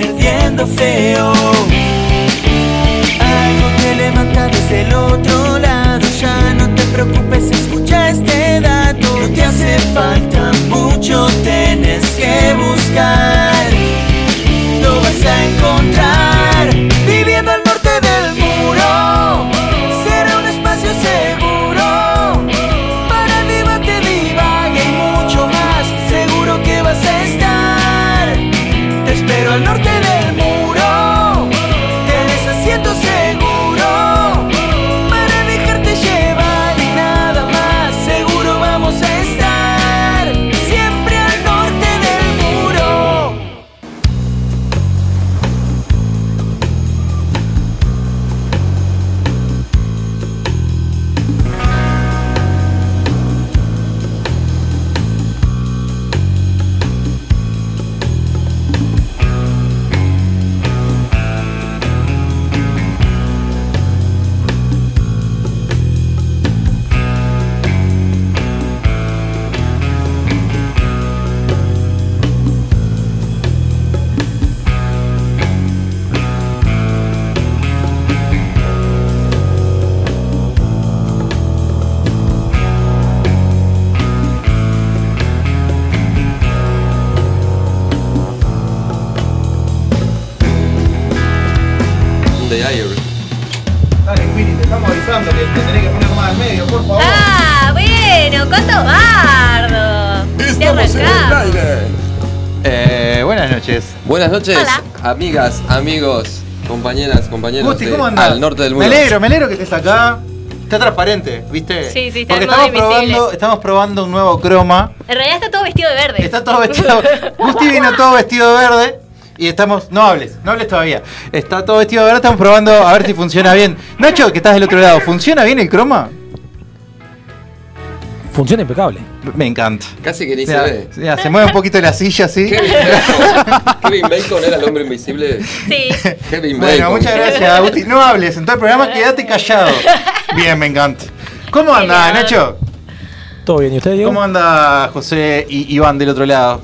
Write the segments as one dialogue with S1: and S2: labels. S1: algo feo. Algo te levanta desde el otro lado. Ya no te preocupes, escucha este dato. No te hace falta mucho, tienes que buscar. Lo vas a encontrar viviendo al norte del muro. Será un espacio seguro para debate, divague y mucho más. Seguro que vas a estar. Te espero al norte del muro. Tienes asiento seguro para dejarte llevar y nada más. Seguro vamos a estar siempre al norte del muro.
S2: Dale, Quini, te estamos avisando que te tenés que poner más al medio, por favor.
S3: Ah, bueno, cuánto bardo. De
S4: Estamos en el
S3: arrancar.
S4: aire.
S5: Eh, buenas noches.
S6: Buenas noches,
S3: Hola.
S6: amigas, amigos, compañeras, compañeros
S2: Gusti,
S6: de-
S2: ¿cómo andás?
S6: al norte del
S2: Me
S6: mundo.
S2: alegro, me alegro que estés acá. Está transparente, ¿viste?
S3: Sí, sí, está
S2: Porque
S3: en modo
S2: estamos
S3: invisible.
S2: probando, estamos probando un nuevo croma.
S3: En realidad está todo vestido de verde.
S2: Está todo vestido. Gusti vino todo vestido de verde. Y estamos. No hables, no hables todavía. Está todo vestido de verde, estamos probando a ver si funciona bien. Nacho, que estás del otro lado, ¿funciona bien el croma?
S7: Funciona impecable.
S2: Me encanta.
S6: Casi que ni
S2: Mira,
S6: se ve.
S2: mira, se mueve un poquito la silla así.
S6: Kevin Bacon. Kevin Bacon era el hombre invisible.
S3: Sí.
S6: Kevin Bacon.
S2: Bueno, muchas gracias, Gusti. No hables en todo el programa, quédate callado. Bien, me encanta. ¿Cómo anda,
S3: Genial.
S2: Nacho?
S7: ¿Todo bien? ¿Y ustedes, Diego?
S2: ¿Cómo anda José y Iván del otro lado?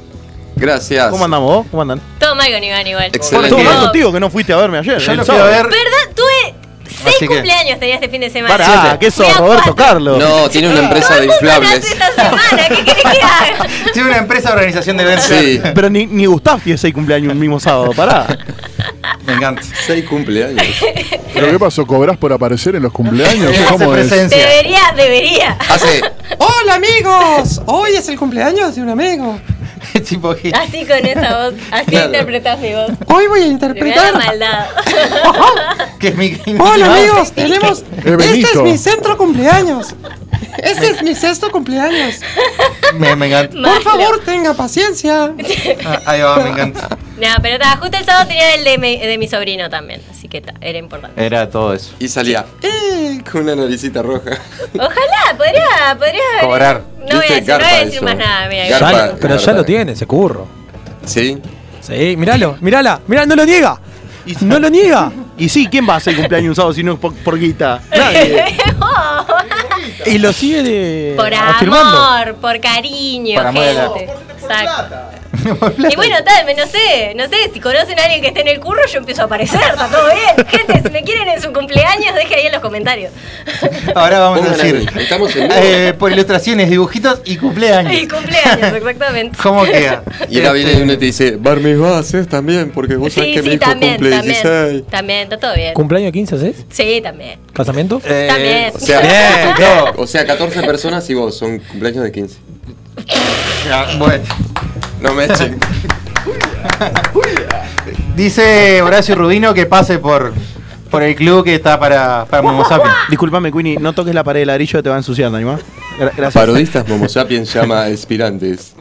S6: Gracias.
S4: ¿Cómo andamos vos? ¿Cómo andan?
S3: Todo mal con Iván igual.
S6: Excelente.
S4: Todo
S6: Todo
S4: mal
S6: bien.
S4: contigo que no fuiste a verme ayer.
S2: Yo
S4: el
S2: lo fui a
S4: sábado.
S2: ver.
S3: ¿Verdad? Tuve seis
S2: Así que-
S3: cumpleaños tenía este fin de semana.
S4: Pará, ¿qué sos,
S3: Fui a
S4: Roberto
S3: cuatro.
S4: Carlos?
S6: No, tiene una empresa de
S3: Todo el mundo nace
S6: inflables.
S3: esta semana, ¿qué querés que haga?
S2: Tiene una empresa de organización de eventos.
S6: Sí.
S4: Pero ni, ni Gustav tiene seis cumpleaños el mismo sábado, pará.
S2: Me encanta.
S6: Seis cumpleaños.
S8: ¿Pero qué pasó? ¿Cobrás por aparecer en los cumpleaños?
S2: Hace
S8: ¿Cómo es?
S2: presencia.
S3: Debería, debería.
S6: Hace.
S9: ¡Hola amigos! Hoy es el cumpleaños de un amigo.
S2: tipo hit.
S3: Así con esa voz, así
S6: Claro.
S3: interpretás mi voz.
S9: Hoy voy a
S3: Me da
S9: interpretar.
S3: la maldad.
S2: Que es mi,
S9: Hola amigos, tenemos.
S6: Eh,
S9: Este es
S8: Benito.
S9: mi centro cumpleaños. Este es mi sexto cumpleaños.
S2: Me, me encanta.
S3: Malo.
S9: Por favor, tenga paciencia.
S2: Ah, ahí va, me encanta.
S3: No, pero está, justo el sábado tenía el de mi, de mi sobrino también, así que ta, era importante.
S2: Era todo eso.
S6: Y salía
S9: Y
S6: con una naricita roja.
S3: Ojalá, podría, podría haber-
S2: Cobrar.
S3: No voy
S6: Viste,
S3: a decir, no voy
S6: garpa
S3: a decir
S6: eso.
S3: más nada, mira.
S7: Ya
S6: Garpa.
S7: lo- pero ya
S6: garpa.
S7: lo tiene, se curro.
S6: ¿Sí?
S7: Sí, miralo, mirala, mirá, no lo niega. No lo niega.
S4: Y sí, ¿quién va a hacer cumpleaños un sábado si no es por, por guita? Nadie.
S7: Y lo sigue de-
S3: Por
S7: afirmando.
S3: Eh, amor, por cariño,
S2: Por amor a la-
S3: gente. Exacto. Y bueno, tal, no sé, no sé, si conocen a alguien que esté en el curro, yo empiezo a aparecer, está todo bien. Gente, si me quieren en su cumpleaños, dejen ahí en los comentarios.
S2: Ahora vamos a
S6: Pongan ahí.
S2: decir.
S6: Estamos en vivo.
S2: eh, por ilustraciones, dibujitos y cumpleaños.
S3: Y cumpleaños, exactamente.
S2: ¿Cómo queda?
S6: Y ahora viene uno y te dice, Bar Mitzvah haces también, porque vos sabés que
S3: Este, Sí,
S6: mi
S3: sí,
S6: hijo
S3: también,
S6: cumple
S3: también.
S6: 16.
S3: También, está todo bien.
S7: ¿Cumpleaños 15 haces?
S3: Sí, también.
S7: ¿Casamiento?
S2: Eh,
S3: También.
S6: O sea,
S2: Bien, no.
S6: o sea, 14 personas y vos son cumpleaños de 15.
S2: Ya, bueno.
S6: No me echen.
S2: Dice Horacio Rubino que pase por, por el club que está para, para Momo Sapiens.
S4: Disculpame, Queenie, no toques la pared de ladrillo, te va ensuciando, animá. Gra- gracias.
S6: Parodistas Momo Sapiens llama aspirantes.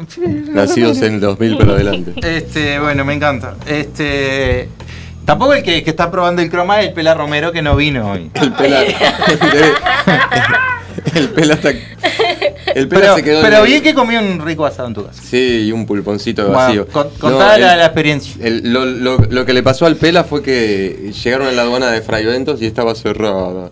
S6: Nacidos en el 2000 para adelante.
S2: Este, bueno, me encanta. Este. Tampoco el que, que está probando el croma es el Pela Romero que no vino hoy.
S6: El pela. El pela está. El pela
S2: Pero,
S6: se quedó. en
S2: pero
S6: el-
S2: bien que comió un rico asado en tu casa.
S6: Sí, y un pulponcito de
S2: Bueno,
S6: vacío.
S2: con-
S6: No,
S2: contá la,
S6: el-
S2: la experiencia.
S6: el- lo, lo- lo que le pasó al Pela fue que llegaron a la aduana de Fraiventos y estaba cerrada.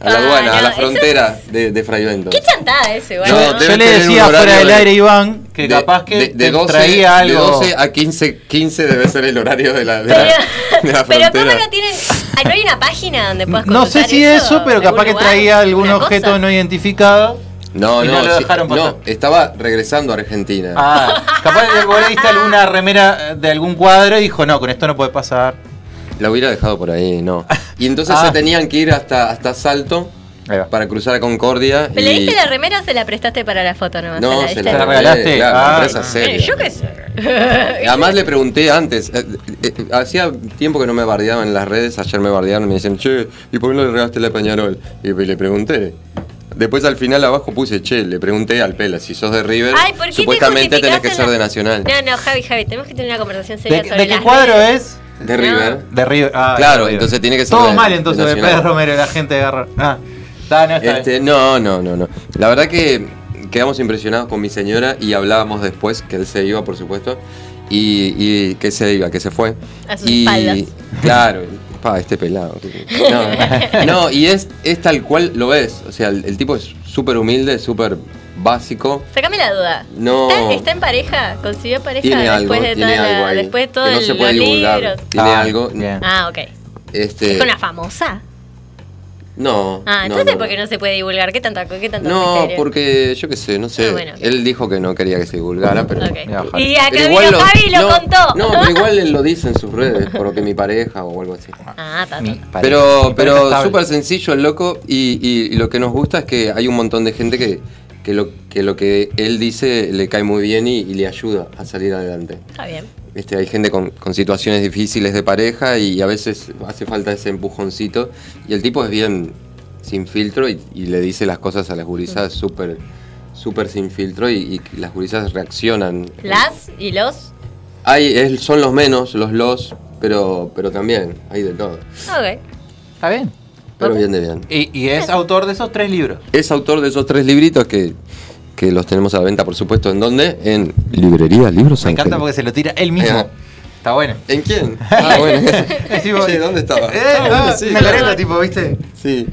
S6: A la
S3: Ah,
S6: aduana, a
S3: no,
S6: la
S3: eso
S6: frontera de, de Fraiventos.
S3: Qué chantada eso, igual.
S6: No,
S3: ¿no?
S6: debe
S2: Yo le
S6: tener un
S2: decía
S6: horario
S2: fuera del
S6: de-
S2: aire, Iván,
S1: que
S6: de-
S1: capaz que
S6: de, de
S1: te
S6: 12,
S1: traía
S6: de
S1: algo.
S6: 12 a 15, 15 debe ser el horario de la, de la, de la
S3: Pero, pero ¿cómo
S6: frontera.
S3: acá tienen.? ah, ¿No hay una página donde puedas
S1: No sé
S3: consultar
S1: si eso, pero
S3: en
S1: capaz
S3: algún
S1: que
S3: lugar?
S1: traía algún
S3: ¿Una
S1: objeto
S3: cosa?
S1: no identificado.
S6: No,
S1: Y
S6: no,
S1: no lo
S6: sí,
S1: dejaron pasar.
S6: no, estaba regresando a Argentina.
S1: Ah, capaz que vos le diste alguna remera eh, de algún cuadro y dijo, no, con esto no puede pasar.
S6: La hubiera dejado por ahí, no. Y entonces
S1: Ah.
S6: se tenían que ir hasta, hasta Salto
S1: Ahí va.
S6: para cruzar a Concordia.
S3: ¿Pero este ¿Le
S6: y-
S3: diste la remera o se la prestaste para Ah, la foto nomás?
S6: No,
S3: diste
S6: se
S1: ¿Se
S6: la
S1: la
S3: a
S1: regalaste?
S6: regalaste. Claro,
S1: Ah.
S6: empresa
S3: Eh,
S6: seria.
S3: Yo qué sé.
S6: Además le pregunté antes, eh, eh, eh, hacía tiempo que no me bardeaban en las redes, ayer me bardearon y me dicen, che, ¿y por qué no le regalaste la Peñarol? Y le pregunté. Después al final abajo puse, che, le pregunté al Pela, si sos de River,
S3: Ay, ¿por qué te
S6: supuestamente tenés que
S3: justificás
S6: ser
S3: en la-
S6: de Nacional.
S3: No, no, Javi, Javi, tenemos que tener una conversación
S1: ¿De,
S3: seria
S1: de
S3: sobre
S1: qué
S3: las
S1: cuadro
S3: redes.
S1: es?
S6: De River.
S1: De River. Ah,
S6: Claro,
S1: de River.
S6: entonces tiene que ser
S1: Todo
S6: de-
S1: mal
S6: de
S1: entonces de
S6: Nacional.
S1: Pedro Romero, la gente de Garro. Ah, está, no está.
S6: Este, no, no, no, no. La verdad que quedamos impresionados con mi señora y hablábamos después, que él se iba, por supuesto, y, y que se iba, que se fue.
S3: A sus
S6: y,
S3: espaldas.
S6: Claro, pa, este pelado. No, no, y es, es tal cual lo ves. O sea, el, el tipo es súper humilde, súper básico.
S3: Sácame la duda.
S6: No.
S3: ¿Está, está en pareja? ¿Consiguió pareja
S6: Tiene
S3: después
S6: algo,
S3: de
S6: tiene
S3: toda la-
S6: algo ahí.
S3: después de todo
S6: que no
S3: el-
S6: se puede
S3: los
S6: divulgar.
S3: libros?
S6: Tiene
S1: Ah,
S6: algo.
S1: bien.
S3: Ah, ok.
S6: Este,
S3: ¿Es con una famosa?
S6: No.
S3: Ah, entonces
S6: no.
S3: ¿por qué no se puede divulgar? ¿Qué tanta qué tanto
S6: No,
S3: misterio?
S6: porque yo qué sé, no sé.
S3: Ah, bueno.
S6: Él dijo que no quería que se divulgara, pero.
S3: Ok.
S1: Ya, Javi.
S3: Y acá
S6: Pero
S3: vino
S6: igual
S3: Javi y lo
S6: no,
S3: contó.
S6: No, pero igual él lo dice en sus redes, por lo que mi pareja o algo así.
S3: Ah, ta, ta,
S1: Mi
S3: ta.
S1: pareja.
S6: Pero,
S1: Mi pareja
S6: pero
S1: estable.
S6: súper sencillo el loco y, y- y lo que nos gusta es que hay un montón de gente que, que, lo, que lo que él dice le cae muy bien y, y le ayuda a salir adelante.
S3: Está bien.
S6: Este, hay gente con, con situaciones difíciles de pareja y a veces hace falta ese empujoncito y el tipo es bien sin filtro y, y le dice las cosas a las gurisas súper súper sin filtro y, y las gurisas reaccionan.
S3: ¿Las y los?
S6: Hay, es- son los menos, los los, pero, pero también, hay de todo.
S3: Ok.
S1: Está bien.
S6: Pero bien de bien.
S1: Y, y es autor de esos tres libros.
S6: Es autor de esos tres libritos que, que los tenemos a la venta, por supuesto. ¿En dónde? En Librería Libros
S1: Me encanta
S6: Ángeles.
S1: porque se lo tira él mismo.
S6: Ajá.
S1: Está bueno.
S6: Eh. ¿En quién? Ah, bueno.
S1: Sí, vos-
S6: Che, ¿dónde estaba?
S1: Eh,
S6: Ah,
S1: no,
S6: bueno, sí.
S1: Una careta, tipo, ¿viste?
S6: Sí.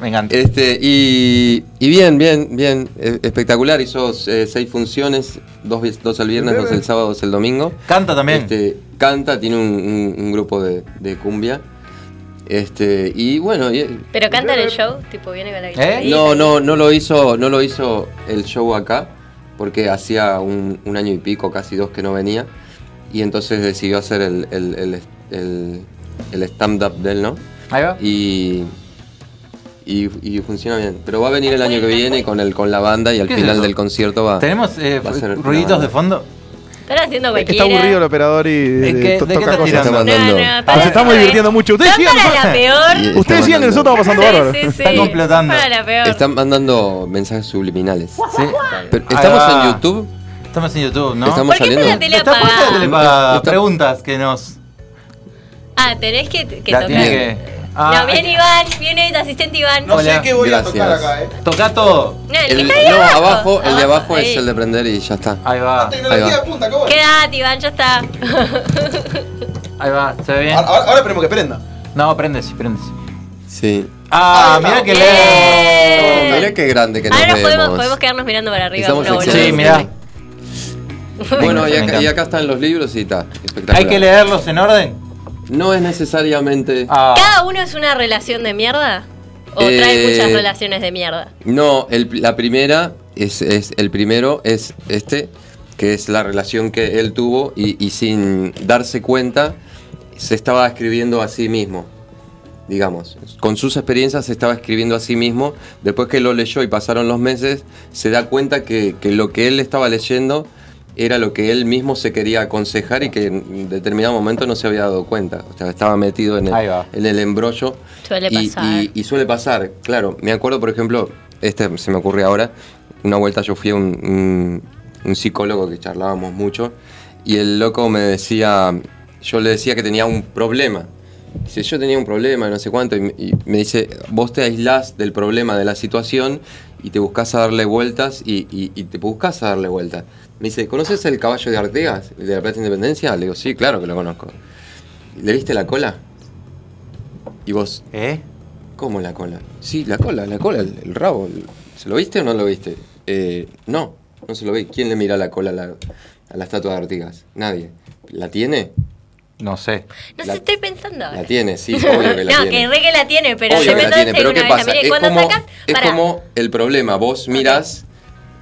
S1: Me encanta.
S6: Este, y, y bien, bien, bien. eh, Espectacular. Hizo eh, seis funciones: dos, vi- dos el viernes, dos el sábado, dos el domingo.
S1: Canta también.
S6: Este, canta, tiene un, un- un grupo de, de cumbia. Este, y bueno, y-
S3: ¿Pero canta en el show? Tipo, viene con la guitarra.
S1: ¿Eh?
S6: No, no, no lo hizo, no lo hizo el show acá, porque hacía un, un año y pico, casi dos que no venía, y entonces decidió hacer el, el- el- el- el stand-up de él, ¿no?
S1: Ahí va.
S6: Y, y, y funciona bien. Pero va a venir el año que viene con, el, con la banda y al
S1: ¿Qué es
S6: final
S1: eso?
S6: del concierto va...
S1: ¿Tenemos eh,
S6: Va a ser
S1: ruiditos
S6: una
S1: de fondo?
S3: Están haciendo cualquiera.
S4: Está aburrido el operador y
S1: ¿De qué-
S4: eh, to-
S1: de qué
S4: toca
S1: estás
S4: cosas.
S1: tirando?
S6: Está
S3: No, no,
S6: mandando.
S3: para
S4: Nos estamos
S3: la-
S4: divirtiendo mucho. Ustedes
S3: Están
S4: sigan-
S3: para la
S6: Y
S3: peor.
S6: está
S4: Ustedes sigan
S6: mandando-
S4: que nosotros estamos pasando bárbaro.
S3: Sí, sí, sí.
S1: Están complotando.
S3: Para la peor.
S6: Están mandando mensajes subliminales.
S1: Sí.
S6: Pero,
S1: Ahí
S6: ¿Estamos
S1: va.
S6: en YouTube?
S1: Estamos en YouTube, ¿no?
S6: Estamos-
S3: ¿Por qué está la
S6: saliendo.
S3: tele
S1: Está puesta la
S3: apagada?
S1: tele
S6: No,
S1: para
S6: no está-
S1: preguntas que nos.
S3: Ah, tenés que, que
S1: la
S3: tocar.
S1: tiene que. Ah,
S3: no, viene Iván, viene tu asistente Iván.
S1: No
S3: No,
S1: sé Hola.
S9: eh. qué voy
S6: Gracias.
S9: a tocar acá, eh.
S1: Toca todo.
S3: el, que
S6: El-
S3: está ahí
S6: no,
S3: abajo.
S6: abajo, el de abajo es
S3: ahí.
S6: el de prender y ya está.
S1: Ahí va.
S6: Ahí
S9: Tecnología
S6: va.
S9: de punta, ¿cómo es?
S3: Quédate, Iván, ya está.
S1: Ahí va. ¿Se ve bien?
S9: Ahora, ahora- ahora esperemos que prenda.
S1: No, prendese, prendese.
S6: Sí.
S1: Ah,
S9: Ahí
S1: mira
S9: está.
S1: que
S3: Bien.
S1: le.
S6: Mirá qué grande que nos
S3: Ahora nos
S6: vemos.
S3: podemos, podemos quedarnos mirando para arriba.
S6: Estamos
S3: una boludez.
S6: excelentes.
S1: Sí, mira.
S6: Bueno, y
S1: Me
S6: acá,
S1: encanta.
S6: y acá están los libros y está. Espectacular.
S1: Hay que leerlos en orden.
S6: No es necesariamente.
S1: Ah.
S3: ¿Cada uno es una relación de mierda? ¿O
S6: Eh,
S3: trae muchas relaciones de mierda?
S6: No, el- la primera es, es- el primero es este, que es la relación que él tuvo y, y sin darse cuenta se estaba escribiendo a sí mismo, digamos. Con sus experiencias se estaba escribiendo a sí mismo. Después que lo leyó y pasaron los meses, se da cuenta que, que lo que él estaba leyendo era lo que él mismo se quería aconsejar y que en determinado momento no se había dado cuenta. O sea, estaba metido en el,
S1: Ahí va.
S6: en el embrollo.
S3: Suele
S6: y,
S3: pasar.
S6: y- y suele pasar, claro. Me acuerdo, por ejemplo, este se me ocurre ahora, una vuelta yo fui a un, un- un psicólogo que charlábamos mucho y el loco me decía, yo le decía que tenía un problema. Dice, yo tenía un problema, no sé cuánto, y, me- y me dice, vos te aislás del problema, de la situación, y te buscas a darle vueltas, y, y- y te buscas a darle vueltas. Me dice, ¿conoces el caballo de Artegas, el de la Plaza Independencia? Le digo, sí, claro que lo conozco. ¿Le viste la cola? Y vos,
S1: ¿Eh?
S6: ¿Cómo la cola? Sí, la cola, la cola, el, el rabo. el- ¿Se lo viste o no lo viste? Eh, no. No se lo ve. ¿Quién le mira la cola a la, a la estatua de Artigas? Nadie. ¿La tiene?
S2: No sé.
S3: No
S6: La-
S3: sé, estoy pensando ahora.
S6: La tiene, sí, obvio que la
S3: no,
S6: tiene.
S3: que re que la tiene, pero
S6: Obvio que
S3: yo me
S6: la tiene, pero ¿qué
S3: una vez
S6: pasa?
S3: la miré.
S6: Es
S3: Cuando
S6: como,
S3: sacas,
S6: es
S3: pará.
S6: como el problema. Vos mirás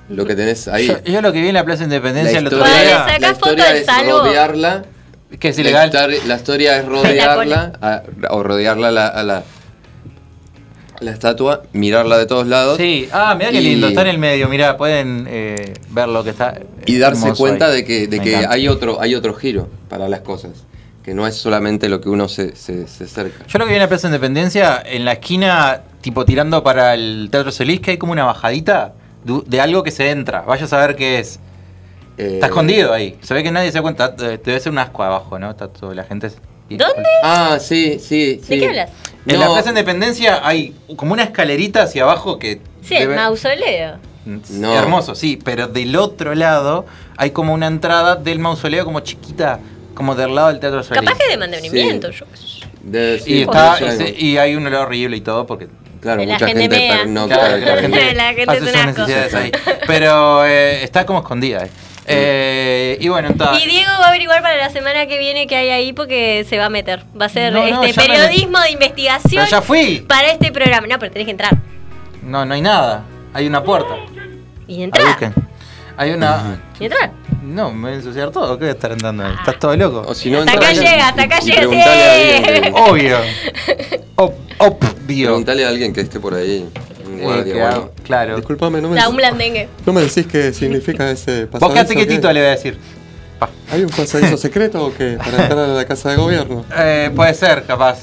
S6: lo que tenés ahí.
S2: Yo, yo lo que vi en la Plaza Independencia el
S6: La
S2: otro
S3: Cuando le
S2: día,
S6: La
S3: sacas foto
S6: historia
S3: al
S6: es
S3: salvo.
S6: rodearla.
S2: que es
S6: La
S2: ilegal.
S6: histori- La historia es rodearla a- o rodearla a la, a la, a la estatua, mirarla de todos lados
S2: Sí, ah, mira qué
S6: Y-
S2: lindo, está en el medio, mira, pueden eh, ver lo que está.
S6: y darse
S2: hermoso
S6: cuenta
S2: ahí.
S6: de que, de
S2: Me
S6: que
S2: encanta.
S6: hay otro hay otro giro para las cosas, que no es solamente lo que uno se, se, se acerca.
S2: Yo lo que vi en la Plaza Independencia, en la esquina, tipo tirando para el Teatro Solís, que hay como una bajadita du- de, algo que se entra. Vaya a saber qué es.
S6: Eh,
S2: Está escondido ahí. Se ve que nadie se da cuenta. Eh, Debe ser un asco abajo, ¿no? Está todo, la gente. es-
S3: ¿Dónde?
S6: Ah, sí, sí, sí.
S3: ¿De qué hablas?
S2: En la
S6: No.
S2: Plaza Independencia hay como una escalerita hacia abajo que.
S3: Sí, el
S2: debe- Mm,
S3: mausoleo.
S6: No.
S2: Hermoso, sí, pero del otro lado hay como una entrada del mausoleo como chiquita, como del lado del Teatro Solís.
S3: Capaz que de mantenimiento,
S6: Sí.
S3: yo. qué sé yo.
S6: Debe ser-
S2: y, está,
S6: debe
S2: y,
S6: ser
S2: se-
S6: algo.
S2: y hay un olor horrible y todo porque
S6: Claro,
S3: De la
S6: mucha
S3: gente
S6: gente
S3: mea.
S6: pernocta,
S2: claro,
S6: la gente-
S3: La gente
S2: hace
S3: es
S2: sus
S3: una
S2: necesidades ahí. Pero eh, está como escondida. eh. Eh, y bueno, entonces...
S3: Y Diego va a averiguar para la semana que viene qué hay ahí porque se va a meter. Va a ser
S2: No, no,
S3: este
S2: ya me-
S3: periodismo de investigación
S2: Pero ya fui.
S3: para este programa. No, pero tenés que entrar.
S2: No, no hay nada. Hay una puerta.
S3: Y
S2: Ahí
S3: entrar.
S2: busquen. Hay una...
S3: Y entrar.
S2: No, me voy a ensuciar todo. ¿Qué voy a estar andando ahí? ¿Estás todo loco?
S6: Ah. O si no,
S3: Hasta
S6: entra-
S3: acá llega, hasta acá
S6: y
S3: llega,
S6: preguntale a
S3: sí.
S6: alguien que-
S2: Obvio. Ob- obvio.
S6: Preguntale a alguien que esté por ahí. Un
S2: Eh,
S6: guardia,
S2: que ha-
S6: bueno.
S2: claro.
S6: Disculpame, no
S3: La un blandengue.
S6: no me decís qué significa ese
S2: Vos quedate quietito, le voy a decir.
S6: ¿Hay un pasadizo secreto o qué? Para entrar a la casa de gobierno.
S2: Eh, puede ser, capaz.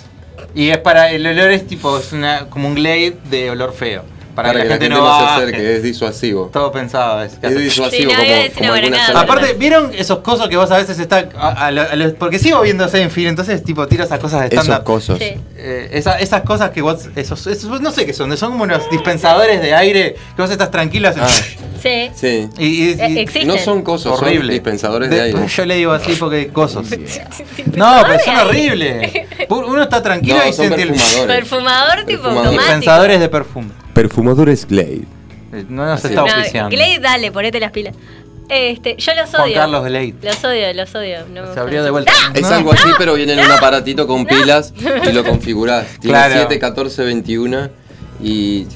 S2: Y es para. El olor es tipo. Es una, como un glade de olor feo. Para, que la gente, no
S6: se
S2: baje.
S6: acerque, es disuasivo.
S2: Todo pensado. Es, que
S6: Es
S2: hace-
S6: disuasivo
S3: Sí, no, iba a
S6: como,
S3: decir
S6: como
S3: una
S6: algunas
S3: buena
S2: Aparte,
S3: verdad.
S2: ¿vieron esos cosos que vos a veces están. a- a lo- a los- porque sigo viendo Seinfeld, entonces, tipo, tiro esas cosas de
S6: Esos
S2: stand-up.
S6: cosos.
S3: Sí.
S2: Eh, esa- esas cosas que vos. Esos, esos- no sé qué son, son como unos dispensadores de aire que vos estás tranquilo. hacen-
S6: Ah,
S3: Sí.
S6: sí.
S2: y, y- y-
S3: Eh, Existen.
S6: No son cosos, son dispensadores de, aire.
S2: Yo le digo así porque cosos. No, pero son
S3: Ay.
S2: horribles. Uno está tranquilo
S6: No,
S2: y
S6: son
S2: siente el
S6: perfumadores.
S3: Perfumador tipo
S6: Perfumador.
S3: automático.
S2: dispensadores de perfume.
S6: Perfumadores Glade.
S2: Eh, No nos
S6: Así
S2: está
S6: es.
S3: No,
S2: oficiando.
S3: Glade, dale, ponete las pilas. Este, yo los
S2: Juan
S3: odio.
S2: Carlos Glade.
S3: Los odio, los odio. No me
S2: Se
S3: gusta
S2: abrió
S3: eso.
S2: de vuelta.
S6: Es
S2: Ah, No.
S6: algo así, pero viene en un aparatito con pilas y lo configurás. Tiene
S2: Claro.
S6: 7, 14, 21 y.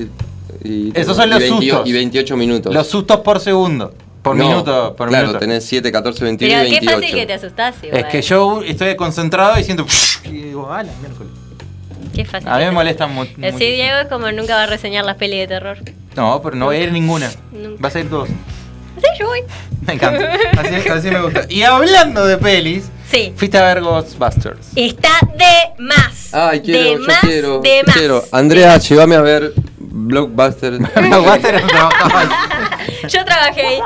S6: y-
S2: Esos son los
S6: y
S2: sustos.
S6: Y 28 minutos.
S2: Los sustos por segundo. Por
S6: No,
S2: minuto. Por
S6: claro,
S2: minuto.
S6: tenés 7, 14, 21
S3: Pero
S6: y
S3: qué
S6: 28.
S3: fácil que te asustás igual.
S2: Es
S3: eh.
S2: que yo estoy concentrado y siento. Y digo, "Ah, la miércoles".
S3: Qué fácil.
S2: A mí
S3: que
S2: me
S3: te
S2: molesta mu-
S3: asustás.
S2: mucho.
S3: Así Diego es como nunca va a reseñar las pelis de terror.
S2: No, pero no voy a ir ninguna.
S3: Nunca.
S2: Vas a ir todos.
S3: Sí, yo voy.
S2: Me encanta. Así, así me gusta. Y hablando de pelis,
S3: Sí.
S2: fuiste a ver Ghostbusters.
S3: Está de más.
S6: Ay, quiero,
S3: de
S6: yo
S3: más,
S6: quiero.
S3: De más.
S6: Quiero. Andrea, llévame a ver Blockbuster.
S2: Ghostbusters no.
S3: Yo trabajé ahí.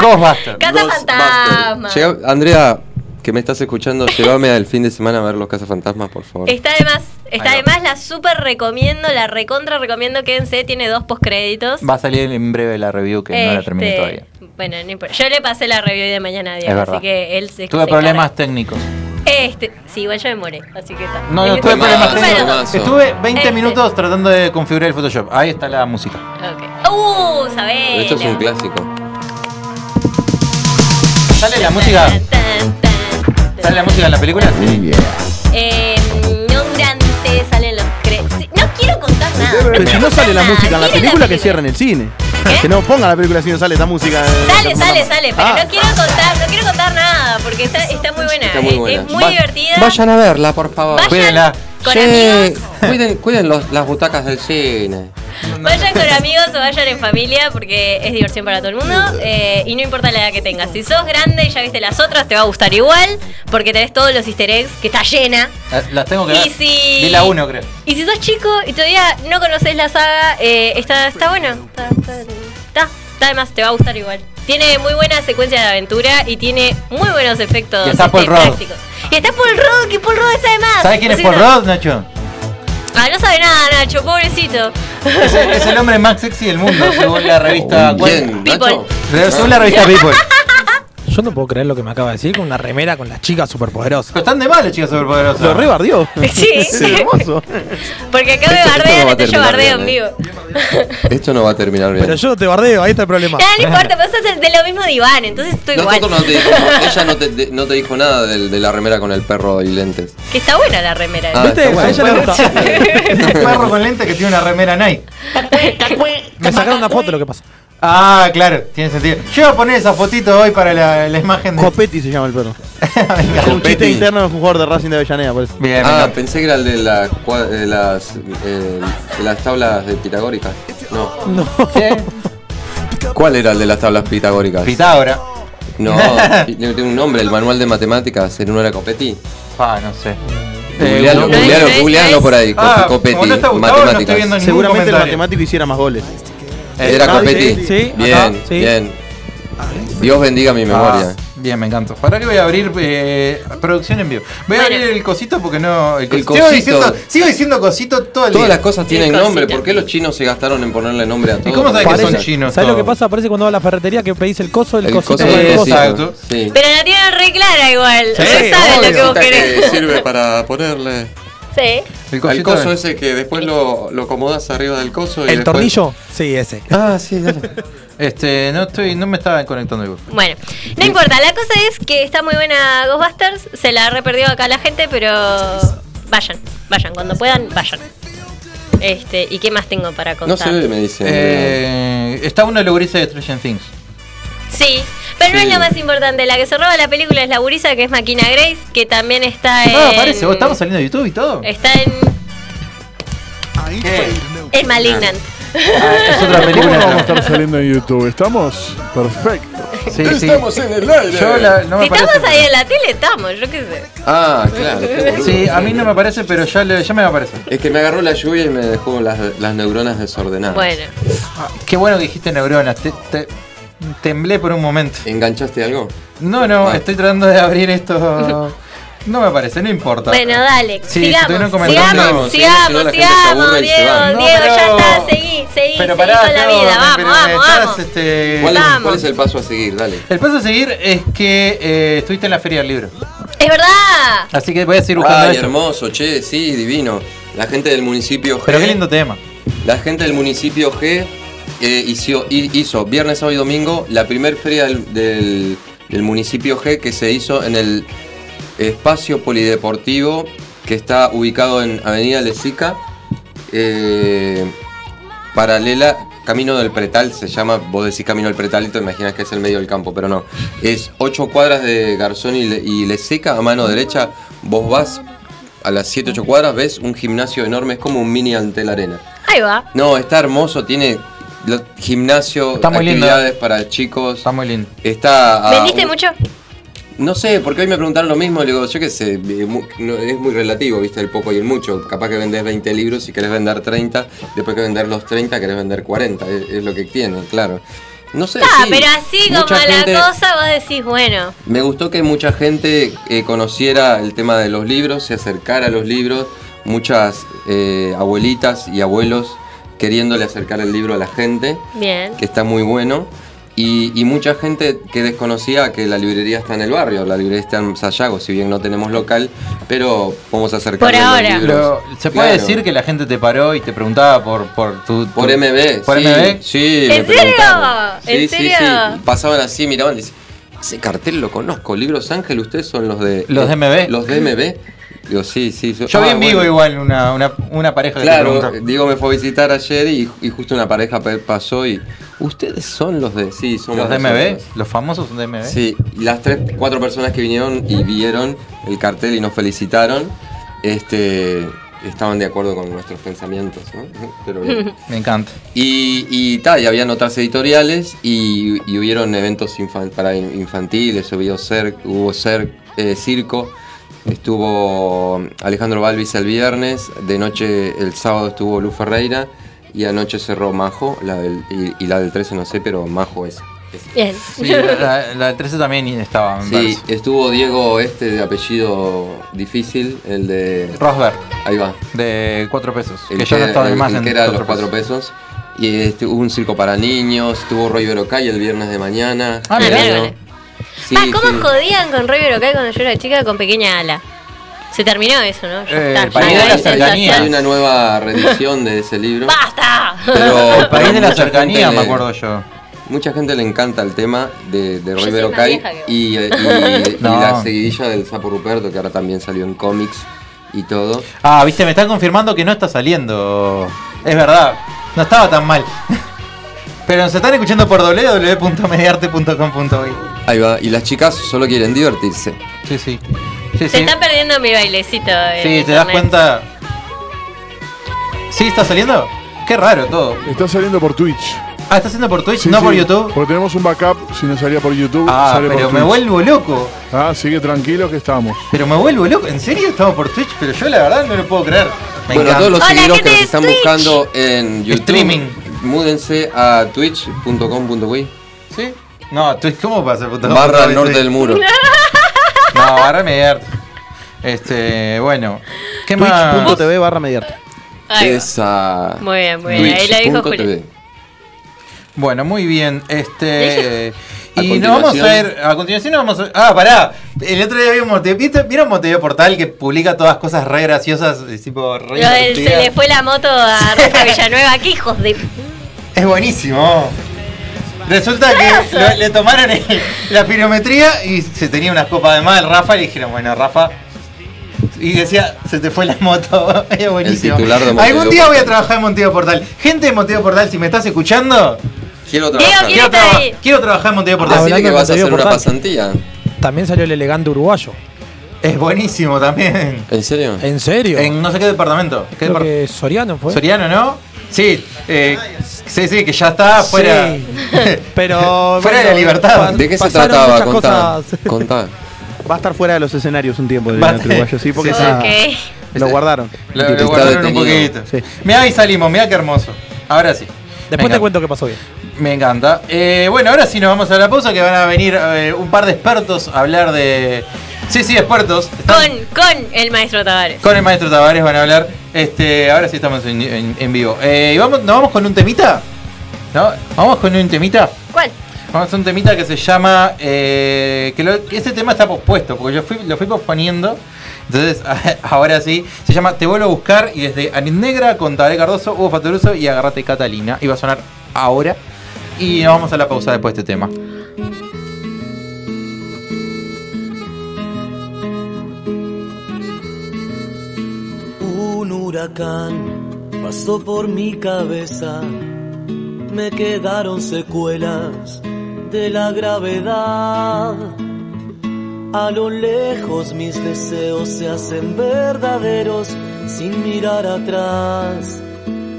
S2: Ghostbusters.
S3: Casa Fantasma.
S6: Ghostbusters. Llega- Andrea, que me estás escuchando, llévame al fin de semana a ver los Cazafantasmas, por favor.
S3: Está de más. Está
S2: Ahí
S3: de
S2: va.
S3: más. La super recomiendo. La recontra recomiendo. Quédense. Tiene dos postcréditos.
S2: Va a salir en breve la review que no la terminé
S3: Este,
S2: todavía.
S3: Bueno, no importa. Yo le pasé la review de mañana a Diego,
S2: Es verdad.
S3: así que él se
S2: Tuve
S3: se
S2: problemas técnicos.
S3: encarga. Este, sí, igual yo me moré, así que está.
S2: No, no,
S3: Eh,
S2: tuve
S3: disculpa
S2: problemas
S3: los
S2: técnicos.
S3: dos.
S6: Temazo.
S2: Estuve 20
S3: Este.
S2: minutos tratando de configurar el Photoshop. Ahí está la música.
S3: Ok. Uh, sabés.
S6: Esto es un clásico.
S2: ¿Sale la música? ¿Sale la música de la película? Sí.
S3: Eh, no durante salen los cre... sí, No quiero contar nada.
S4: Pero si no sale la
S3: Nada,
S4: música en la
S3: quiero
S4: película, que cierren el cine.
S3: ¿Qué?
S4: Que no pongan la película si no sale esa música. eh,
S3: Sale,
S4: esa
S3: sale,
S4: puta-
S3: sale, pero
S4: Ah.
S3: no quiero contar, no quiero contar nada, porque está, está muy buena.
S6: Está muy
S3: es-
S6: buena.
S3: Es, muy
S6: Va-
S3: divertida.
S6: Vayan a verla, por favor.
S3: Vayan
S2: Cuídenla.
S3: con
S6: Sí,
S3: amigos.
S6: Cuiden, cuiden los- las butacas del cine.
S3: Vayan con amigos o vayan en familia porque es diversión para todo el mundo eh, y no importa la edad que tengas. Si sos grande y ya viste las otras, te va a gustar igual porque tenés todos los easter eggs que está llena.
S2: Eh, Las tengo que ver.
S3: Y si-
S2: Vi la 1, creo.
S3: Y si sos chico y todavía no conoces la saga, eh, está, está bueno. Está, está, está, está de más, te va a gustar igual. Tiene muy buena secuencia de aventura y tiene muy buenos efectos
S2: Y está Paul Rudd.
S3: prácticos. Y está Paul Rudd, que Paul Rudd está de más.
S2: ¿Sabes quién es
S3: Así
S2: Paul
S3: que no-
S2: Rudd, Nacho?
S3: Ah, no sabe nada, Nacho, pobrecito.
S2: Es el, es el hombre
S6: Oh,
S2: más sexy del mundo, según la revista.
S6: ¿Quién?
S3: People.
S6: ¿Nacho?
S2: Según la revista People.
S4: Yo
S10: yo no puedo creer lo que me acaba de decir con una remera con las chicas superpoderosas.
S2: Pero están de mal las chicas superpoderosas.
S4: Lo rebardió.
S3: Sí.
S4: hermoso.
S3: Porque acá me
S6: Esto- esto
S3: bardean,
S6: no va a
S3: entonces yo
S6: terminar
S3: bardeo en
S6: bien,
S3: vivo.
S6: Esto no va a terminar bien.
S10: Pero yo te bardeo, ahí está el problema.
S3: Ya,
S6: ¿eh?
S3: no importa, vos sos de lo mismo de Iván, entonces estoy igual.
S6: Nosotros no te dijimos- ella no te, de- no te dijo nada del- de, la remera con el perro y lentes.
S3: Que está buena la remera.
S6: Ah,
S10: ¿Viste?
S6: está bueno.
S10: A ella le gusta.
S1: Un perro con lente que tiene una remera Nike.
S10: Me sacaron una foto lo que pasa.
S1: Ah, claro, tiene sentido. Yo voy a poner esa fotito hoy para la, la imagen de.
S4: Copetti se llama el perro. Es un chiste
S6: Copetti.
S4: Este interno de un jugador de Racing de Avellaneda, por eso.
S2: Bien, me
S6: Ah,
S2: encanta.
S6: pensé que era el de, la cua- de las, eh, de las tablas de pitagóricas. No. ¿Cuál era el de las tablas pitagóricas?
S2: Pitágora.
S6: no, ti- tiene un nombre, el manual de matemáticas. ¿En uno era Copetti? Eh,
S2: Ah, no sé.
S6: Googlealo,
S3: no es,
S6: googlealo,
S3: no es,
S6: googlealo
S3: no es.
S6: por ahí.
S1: Ah,
S6: Copetti,
S1: como no está Gustavo, no estoy
S6: matemáticas.
S1: viendo ningún Eh,
S4: Seguramente el
S1: comentario.
S4: matemático hiciera más goles.
S6: Era
S10: Ah,
S6: Copetti.
S10: sí, sí,
S6: bien,
S10: acá, sí.
S6: bien. Ah, Dios bendiga mi memoria.
S2: Ah, bien, me encanta. ¿Para qué voy a abrir eh, producción en vivo? Voy a
S3: Bueno.
S2: abrir el cosito porque no. El,
S6: El
S2: cosi- sigo,
S6: cosito.
S2: diciendo, sigo diciendo cosito todo el
S6: Todas las
S2: día.
S6: cosas tienen
S3: cosita.
S6: nombre. ¿Por qué los chinos se gastaron en ponerle nombre a todo?
S2: cómo sabes que son
S6: Parece-
S2: chinos?
S10: ¿Sabes lo que
S2: todos.
S10: pasa? Parece cuando vas a la ferretería que pedís el coso, el,
S6: El
S10: cosito.
S6: coso
S10: con
S2: del
S10: el
S6: del
S10: coso.
S2: cosito.
S6: cosito. Sí.
S3: Pero la tiene re clara igual.
S2: Sí,
S3: re sabe lo que vos
S6: Cosita que
S3: querés.
S6: sirve para ponerle.
S3: Sí.
S2: El
S6: El
S2: cosito.
S6: coso ese que después lo, lo acomodás arriba del coso. y
S10: ¿El
S6: después-
S10: tornillo? Sí, ese.
S2: Ah, sí, dale. Este, no estoy, no me estaba conectando el
S3: Bueno, no importa, la cosa es que está muy buena Ghostbusters, se la ha reperdido acá la gente, pero vayan, vayan, cuando puedan, vayan. Este, ¿y qué más tengo para
S6: No
S3: contar?
S6: se ve, me dice.
S2: eh, Está uno de los grises de Stranger Things.
S3: Sí, pero no
S6: Sí.
S3: es la más importante, la que se roba la película es la gurisa que es Maquina Grace, que también está en
S2: Ah, parece, vos estamos saliendo de YouTube y todo.
S3: Está en El Malignant.
S2: Ah, es otra
S11: ¿Cómo no vamos a
S2: película.
S11: estar saliendo en YouTube? Estamos perfecto.
S2: Sí, sí.
S6: Estamos en el aire.
S2: Yo la, no me
S3: si estamos
S2: parece.
S3: ahí en la tele, estamos, yo qué sé.
S6: Ah, claro. qué boludo.
S2: Sí, a mí no me parece, pero ya, le- ya me aparece.
S6: Es que me agarró la lluvia y me dejó las, las neuronas desordenadas.
S3: Bueno,
S2: Ah, qué bueno que dijiste neuronas. Te, te- temblé por un momento.
S6: ¿Enganchaste algo?
S2: No, no,
S6: Ah.
S2: estoy tratando de abrir esto. No me aparece, no importa.
S3: bueno, dale,
S2: Sí, estuvieron
S3: sigamos,
S2: comentando.
S3: sigamos,
S6: Sí, si no, la gente
S3: sigamos,
S6: se
S3: sigamos,
S6: aburre y se
S3: Diego,
S6: va.
S3: Diego,
S2: No, pero-
S3: ya está, seguí, seguí, seguí con la
S2: Teo,
S3: vida, vamos,
S2: pero
S3: vamos,
S2: estás,
S3: vamos.
S2: este,
S6: ¿Cuál es,
S3: vamos.
S6: cuál es el paso a seguir? Dale.
S2: El paso a seguir es que eh, estuviste en la Feria del Libro.
S3: Es verdad,
S2: Así que voy a seguir buscando
S6: Ay,
S2: eso.
S6: hermoso, che, sí, divino. La gente del municipio G.
S2: Pero qué lindo tema.
S6: La gente del municipio G eh, hizo, hi- hizo viernes, sábado y domingo la primer feria del, del- del municipio G que se hizo en el espacio polideportivo que está ubicado en Avenida Lezica, eh, paralela, Camino del Pretal se llama, vos decís Camino del Pretal y te imaginas que es el medio del campo, pero no. Es ocho cuadras de Garzón y, Le- y Lezica, a mano derecha, vos vas a las 7, 8 cuadras, ves un gimnasio enorme, es como un mini ante la arena.
S3: ahí va.
S6: No, está hermoso, tiene lo- gimnasio,
S2: Está muy lindo.
S6: actividades para chicos.
S2: Está muy lindo.
S6: Está
S2: Ah,
S6: a
S3: ¿Vendiste
S6: un-
S3: mucho?
S6: No sé, porque hoy me preguntaron lo mismo, le digo, yo qué sé, eh, mu- no, es muy relativo, viste, el poco y el mucho. Capaz que vendés 20 libros y querés vender 30, después que vender los 30 querés vender 40, es, es lo que tiene, claro. No sé,
S3: Ah,
S6: sí,
S3: pero así
S6: mucha
S3: como la
S6: gente-
S3: cosa, vos decís, bueno,
S6: me gustó que mucha gente eh, conociera el tema de los libros, se acercara a los libros, muchas eh, abuelitas y abuelos queriéndole acercar el libro a la gente,
S3: bien.
S6: que está muy bueno, y, y mucha gente que desconocía que la librería está en el barrio, la librería está en Sayago, si bien no tenemos local, pero vamos a acercar
S3: Por ahora.
S2: Pero se puede decir que la gente te paró y te preguntaba por, por tu, tu-
S6: Por MB.
S2: Por
S6: sí,
S2: MB.
S6: Sí,
S3: ¿En
S6: me preguntaron.
S3: serio? ¿En
S6: Sí, sí, sí.
S3: serio?
S6: Pasaban así, miraban, dicen, ese cartel lo conozco, Libros Ángel, ustedes son los de...
S2: Los de MB.
S6: Los de MB. Digo, sí, sí. so-
S2: Yo
S6: Ah,
S2: vi en vivo
S6: bueno.
S2: igual una, una, una pareja que te
S6: Claro, eh,
S2: preguntó.
S6: Diego me fue a visitar ayer y, y justo una pareja pe- pasó y... ¿Ustedes son los de...? Sí, somos
S2: Los de MB,
S6: nosotros".
S2: los famosos son de MB.
S6: Sí, y las tres, cuatro personas que vinieron y vieron el cartel y nos felicitaron, este, estaban de acuerdo con nuestros pensamientos, ¿no? Pero bien.
S2: Me encanta.
S6: Y, y tal, y habían otras editoriales y, y hubieron eventos infan- para in- infantiles, hubo, cer- hubo cer- eh, circo, estuvo Alejandro Balvis el viernes, de noche el sábado estuvo Lu Ferreira y anoche cerró Majo, la del- y, y la del 13 no sé, pero Majo es.
S3: Bien.
S2: Sí, la, la del 13 también estaba, me
S6: Sí,
S2: parece.
S6: estuvo Diego este de apellido difícil, el de...
S2: Rosberg,
S6: Ahí va.
S2: de 4 pesos.
S6: El
S2: que yo no estaba
S6: el-
S2: más
S6: el
S2: en
S6: que era
S2: cuatro
S6: los cuatro pesos. Y este, hubo un circo para niños, tuvo Roy Verocay el viernes de mañana.
S2: Ah,
S3: mirá.
S6: Gerardo.
S3: vale.
S6: Sí,
S3: Ah, ¿cómo
S6: sí.
S3: jodían con Roy Berocay cuando yo era chica con pequeña ala? Se terminó eso, ¿no? Ya
S2: Eh,
S3: está,
S2: el país
S3: ya
S2: de
S3: no
S2: la
S3: hay
S2: cercanía.
S6: Hay
S3: sensación.
S6: una nueva reedición de ese libro.
S3: ¡Basta!
S6: Pero
S2: El país de la
S6: mucha
S2: cercanía,
S6: gente
S2: me
S6: le-
S2: acuerdo yo.
S6: Mucha gente le encanta el tema de, de
S3: Yo
S6: Roy
S3: soy más
S6: Berocay
S3: vieja que
S6: y, eh, y- y
S2: No.
S6: la seguidilla del Sapo Ruperto, que ahora también salió en cómics y todo.
S2: Ah, viste, me están confirmando que no está saliendo. Es verdad, no estaba tan mal. Pero nos están escuchando por www.mediarte.com.uy.
S6: Ahí va. Y las chicas solo quieren divertirse.
S2: Sí, sí. Sí,
S3: Se
S2: sí.
S3: está perdiendo mi bailecito. eh, en
S2: Sí, te das
S3: internet.
S2: cuenta. ¿Sí está saliendo? Qué raro todo.
S11: Está saliendo por Twitch.
S2: Ah, está saliendo por Twitch,
S11: Sí,
S2: no
S11: sí,
S2: por YouTube.
S11: Porque tenemos un backup. Si no salía por YouTube,
S2: Ah,
S11: sale
S2: pero
S11: por
S2: me
S11: Twitch.
S2: vuelvo loco.
S11: Ah, sigue tranquilo que estamos.
S2: Pero me vuelvo loco. ¿En serio estamos por Twitch? Pero yo la verdad no lo puedo creer. Me
S6: bueno,
S2: encanta.
S6: todos los
S3: Hola,
S6: seguidores que
S3: gente
S6: nos
S3: de
S6: están
S3: Twitch.
S6: buscando en YouTube,
S2: Streaming.
S6: múdense a twitch.com.uy
S2: ¿Sí? No, Twitch, ¿cómo pasa? puta?
S6: barra
S2: Sí.
S6: al norte del muro.
S2: No, barra Mediarte. Este, bueno. ¿Qué más?
S4: Twitch.tv barra mediarte.
S3: Ahí va.
S6: Esa.
S3: Muy bien, muy bien. Ahí la dijo
S6: twitch.tv.
S3: Juli.
S2: Bueno, muy bien. Este.
S6: A
S2: Y nos vamos a
S6: continuación-
S2: ir. A continuación nos vamos a. Ah, pará. El otro día vimos. ¿Viste? ¿Vieron Montevideo Portal que publica todas cosas re graciosas? Es tipo re
S3: Lo del- se
S2: divertidas?
S3: le fue la moto a Rafa Villanueva. ¡Qué hijos de...!
S2: Es buenísimo. Resulta que lo- le tomaron el- la pirometría y se tenía unas copas de más el Rafa y le dijeron, bueno, Rafa. Y decía, se te fue la moto. Es buenísimo.
S6: titular de Montevideo
S2: Algún día voy a
S6: Portal.
S2: trabajar en Montevideo Portal. Gente de Montevideo Portal, si me estás escuchando,
S6: Quiero
S3: Diego,
S6: trabajar.
S3: ¿quiere-
S2: quiero,
S3: está
S2: traba-
S3: ahí.
S2: quiero trabajar en Montevideo Portal.
S10: Hablando
S6: Decirle que
S10: de
S6: vas a hacer
S10: contenido
S6: una
S10: portal.
S6: pasantía.
S10: También salió el elegante uruguayo.
S2: Es buenísimo también.
S6: ¿En serio?
S10: ¿En serio?
S2: En no sé qué departamento. ¿Qué
S10: Creo
S2: depart-
S10: que Soriano fue.
S2: Soriano, ¿no? Sí, eh, sí, sí, que ya está fuera.
S10: Sí. Pero.
S2: Fuera de la libertad.
S10: pa-
S6: ¿De qué se
S10: pasaron
S6: trataba?
S10: muchas
S6: Contá.
S10: cosas.
S6: Contá.
S4: Va a estar fuera de los escenarios un tiempo el
S2: Va-
S4: Teatro uruguayo, sí, porque
S2: Sí,
S4: está-
S3: Ok.
S4: lo guardaron.
S2: Lo,
S6: Está
S2: lo guardaron un
S6: detenido.
S2: poquito.
S4: Sí.
S2: Mirá, ahí salimos, mirá qué hermoso. Ahora sí.
S10: Después
S2: Me
S10: te
S2: encanta.
S10: cuento qué pasó bien.
S2: Me encanta. Eh, bueno, ahora sí nos vamos a la pausa que van a venir eh, un par de expertos a hablar de. Sí, sí, expertos. Están
S3: Con, con el maestro Tavares.
S2: con el maestro Tavares van a hablar. Este, ahora sí estamos en, en- en vivo. Eh, ¿y vamos, ¿Nos vamos con un temita? ¿No? ¿Vamos con un temita?
S3: ¿Cuál?
S2: Vamos a un temita que se llama. eh, que lo- que ese tema está pospuesto, porque yo fui, lo fui posponiendo. Entonces, ahora sí. Se llama Te vuelvo a buscar. Y desde Anit Negra con Tabaré Cardoso, Hugo Fatoruso y Agarrate Catalina. Y va a sonar ahora. Y nos vamos a la pausa después de este tema.
S8: Un huracán pasó por mi cabeza, me quedaron secuelas de la gravedad. A lo lejos mis deseos se hacen verdaderos sin mirar atrás,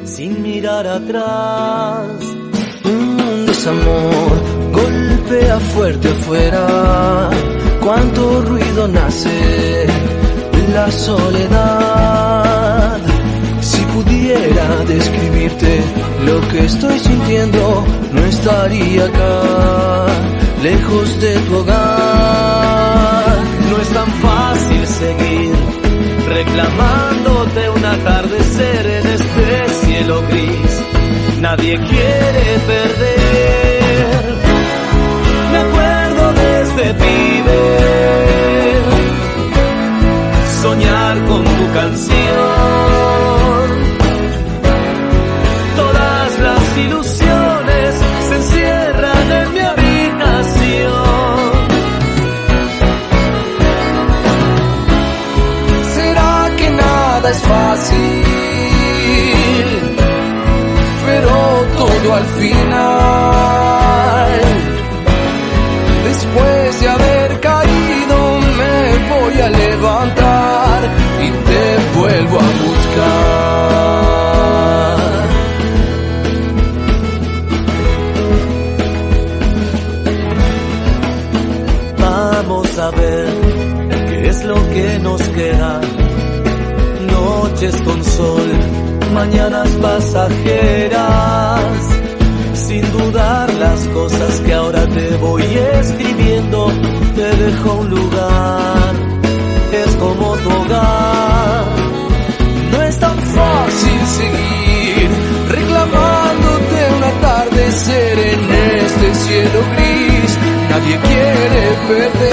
S8: sin mirar atrás. Un desamor golpea fuerte afuera, cuánto ruido nace de la soledad. Si pudiera describirte lo que estoy sintiendo, no estaría acá, lejos de tu hogar. No es tan fácil seguir reclamándote un atardecer en este cielo gris. Nadie quiere perder. Me acuerdo de este pibe soñar con tu canción. Todas las ilusiones se encierran en mi habitación. ¿Será que nada es fácil? Pero todo al final. Después de haber caído me voy a levantar y te vuelvo a buscar. Vamos a ver qué es lo que nos queda. Noches con sol, mañanas pasajeras. Sin dudar las cosas que ahora te voy escribiendo, te dejo un lugar, es como tu hogar. No es tan fácil seguir reclamándote un atardecer en este cielo gris. Nadie quiere
S12: este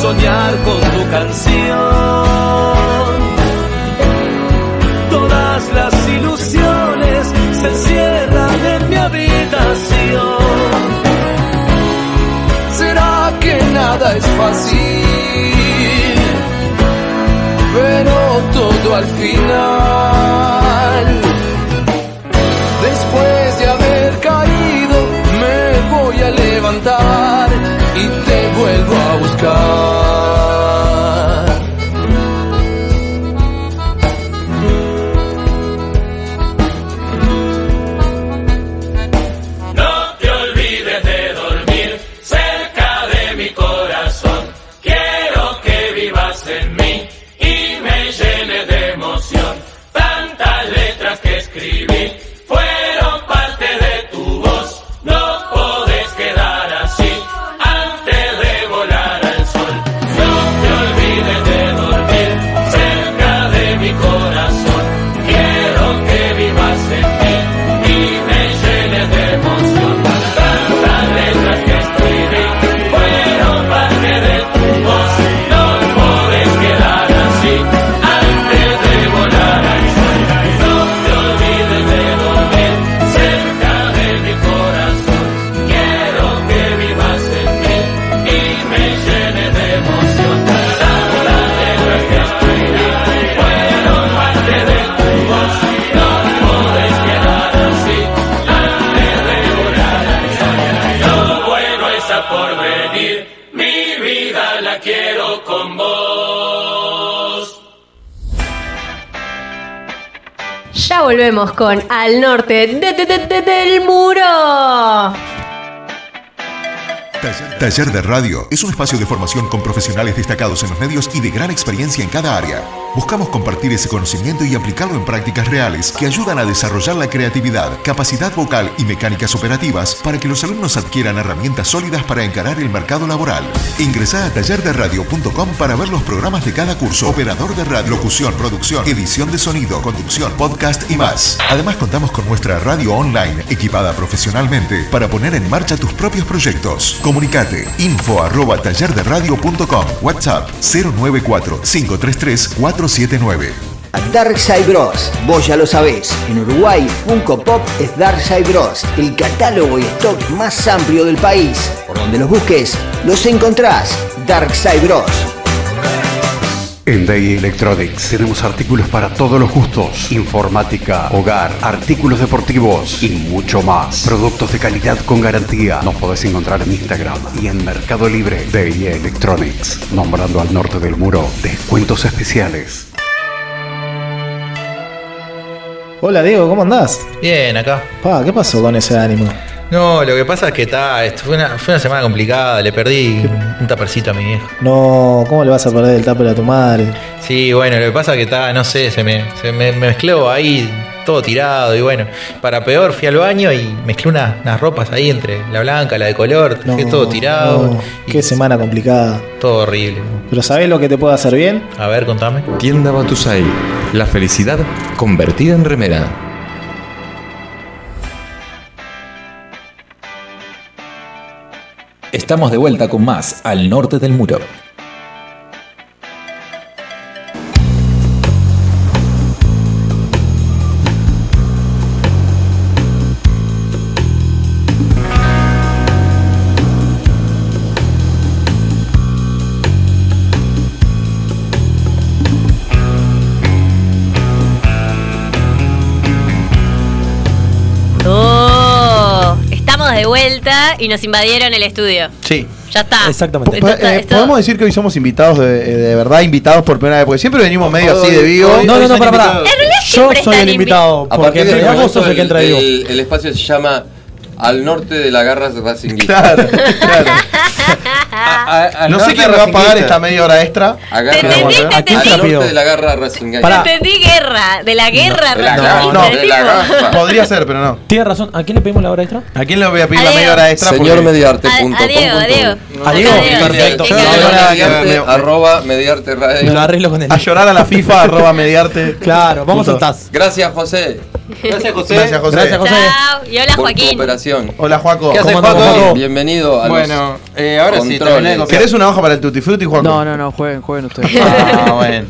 S12: soñar con tu canción. Todas las ilusiones se encierran en mi habitación. ¿Será que nada es fácil? Pero todo al final. Después de haber caído, me voy a levantar y te vuelvo a buscar. No te olvides de dormir cerca de mi corazón. Quiero que vivas en mí y me llenes de emoción. Tantas letras que escribí fueron parte de tu voz. No podés quedar así antes de volar al sol. No te olvides de dormir cerca de mi corazón. Quiero que vivas en mí y me llenes de emoción. Tantas letras que escribí fueron parte de tu voz. No podés quedar así antes de volar al sol. No te olvides de dormir cerca de mi corazón. Quiero que vivas en mí y me llenes de emoción. Tantas letras que escribí fueron parte de tu voz. No podés quedar así antes de volar al sol. Lo bueno es a porvenir, mi vida la quiero con vos.
S3: Ya volvemos con Al Norte de- de- de- de- del Muro.
S13: Taller, Taller de Radio es un espacio de formación con profesionales destacados en los medios y de gran experiencia en cada área. Buscamos compartir ese conocimiento y aplicarlo en prácticas reales que ayudan a desarrollar la creatividad, capacidad vocal y mecánicas operativas para que los alumnos adquieran herramientas sólidas para encarar el mercado laboral. Ingresá a tallerderradio.com para ver los programas de cada curso. Operador de radio, locución, producción, edición de sonido, conducción, podcast y más. Además contamos con nuestra radio online equipada profesionalmente para poner en marcha tus propios proyectos. Comunicate info arroba tallerderradio.com WhatsApp 094 533 479
S14: Darkside Bros. Vos ya lo sabés, en Uruguay Funko Pop es Darkside Bros, el catálogo y stock más amplio del país. Por donde los busques, los encontrás. Darkside Bros.
S15: En Day Electronics tenemos artículos para todos los gustos, informática, hogar, artículos deportivos y mucho más. Productos de calidad con garantía. Nos podés encontrar en Instagram y en Mercado Libre. Day Electronics, nombrando al norte del muro, descuentos especiales.
S7: Hola Diego, ¿cómo andás?
S2: Bien, acá.
S7: Pa, ¿qué pasó con ese ánimo?
S2: No, lo que pasa es que está, esto fue una, fue una semana complicada, le perdí un tapercito a mi vieja.
S7: No, ¿cómo le vas a perder el tupper a tu madre?
S2: Sí, bueno, lo que pasa es que está, no sé, se me, se me me mezcló ahí todo tirado y bueno, para peor fui al baño y mezclé una- unas ropas ahí entre la blanca, la de color, dejé todo tirado,
S7: No, qué semana complicada.
S2: todo horrible.
S7: Pero ¿sabés lo que te puede hacer bien?
S2: A ver, contame.
S16: Tienda Batusai, la felicidad convertida en remera. Estamos de vuelta con más al norte del muro.
S3: Oh, estamos de vuelta y nos invadieron el estudio.
S4: Sí.
S3: Ya está.
S4: Exactamente.
S3: Esto está- esto-
S4: eh, Podemos decir que hoy somos invitados de, eh, de verdad, invitados por primera vez, porque siempre venimos medio así de vivo.
S6: hoy- No, no, no,
S4: para, para.
S6: Yo
S4: soy el invitado,
S6: A partir de este momento, el, el- el espacio se llama Al norte de la garra racinguista. Claro,
S4: No sé quién me va a pagar esta media hora extra.
S3: este
S6: Al
S4: quién se la pido?
S6: norte de la garra racinguista.
S3: Entendí guerra, de la guerra.
S4: No,
S3: racinguista,
S4: no,
S3: tipo.
S4: podría ser, pero no.
S17: Tienes razón, ¿a quién le pedimos la hora extra?
S4: ¿A quién le voy a pedir la media hora extra?
S6: Señor Mediarte.
S3: A Diego, a Diego.
S4: A Diego,
S6: Perfecto.
S4: perfecto.
S6: Señor Mediarte, Arroba mediarte radio.
S4: Lo arreglo con él. A llorar a la FIFA, arroba mediarte. Claro,
S6: vamos
S4: a
S6: al Gracias, José. Gracias, José.
S4: Gracias, José. Gracias, José.
S3: Chao. Y hola,
S6: Por tu
S3: Joaquín.
S6: operación.
S4: Hola, Juaco.
S6: ¿Qué haces,
S4: ¿Cómo andamos,
S6: Joaco?
S4: Joaco?
S6: Bienvenido a los
S2: Bueno, eh, ahora sí, controles.
S4: ¿Querés una hoja para el Tutti Frutti, Juan?
S10: No, no, no, jueguen, jueguen ustedes.
S2: Ah, bueno.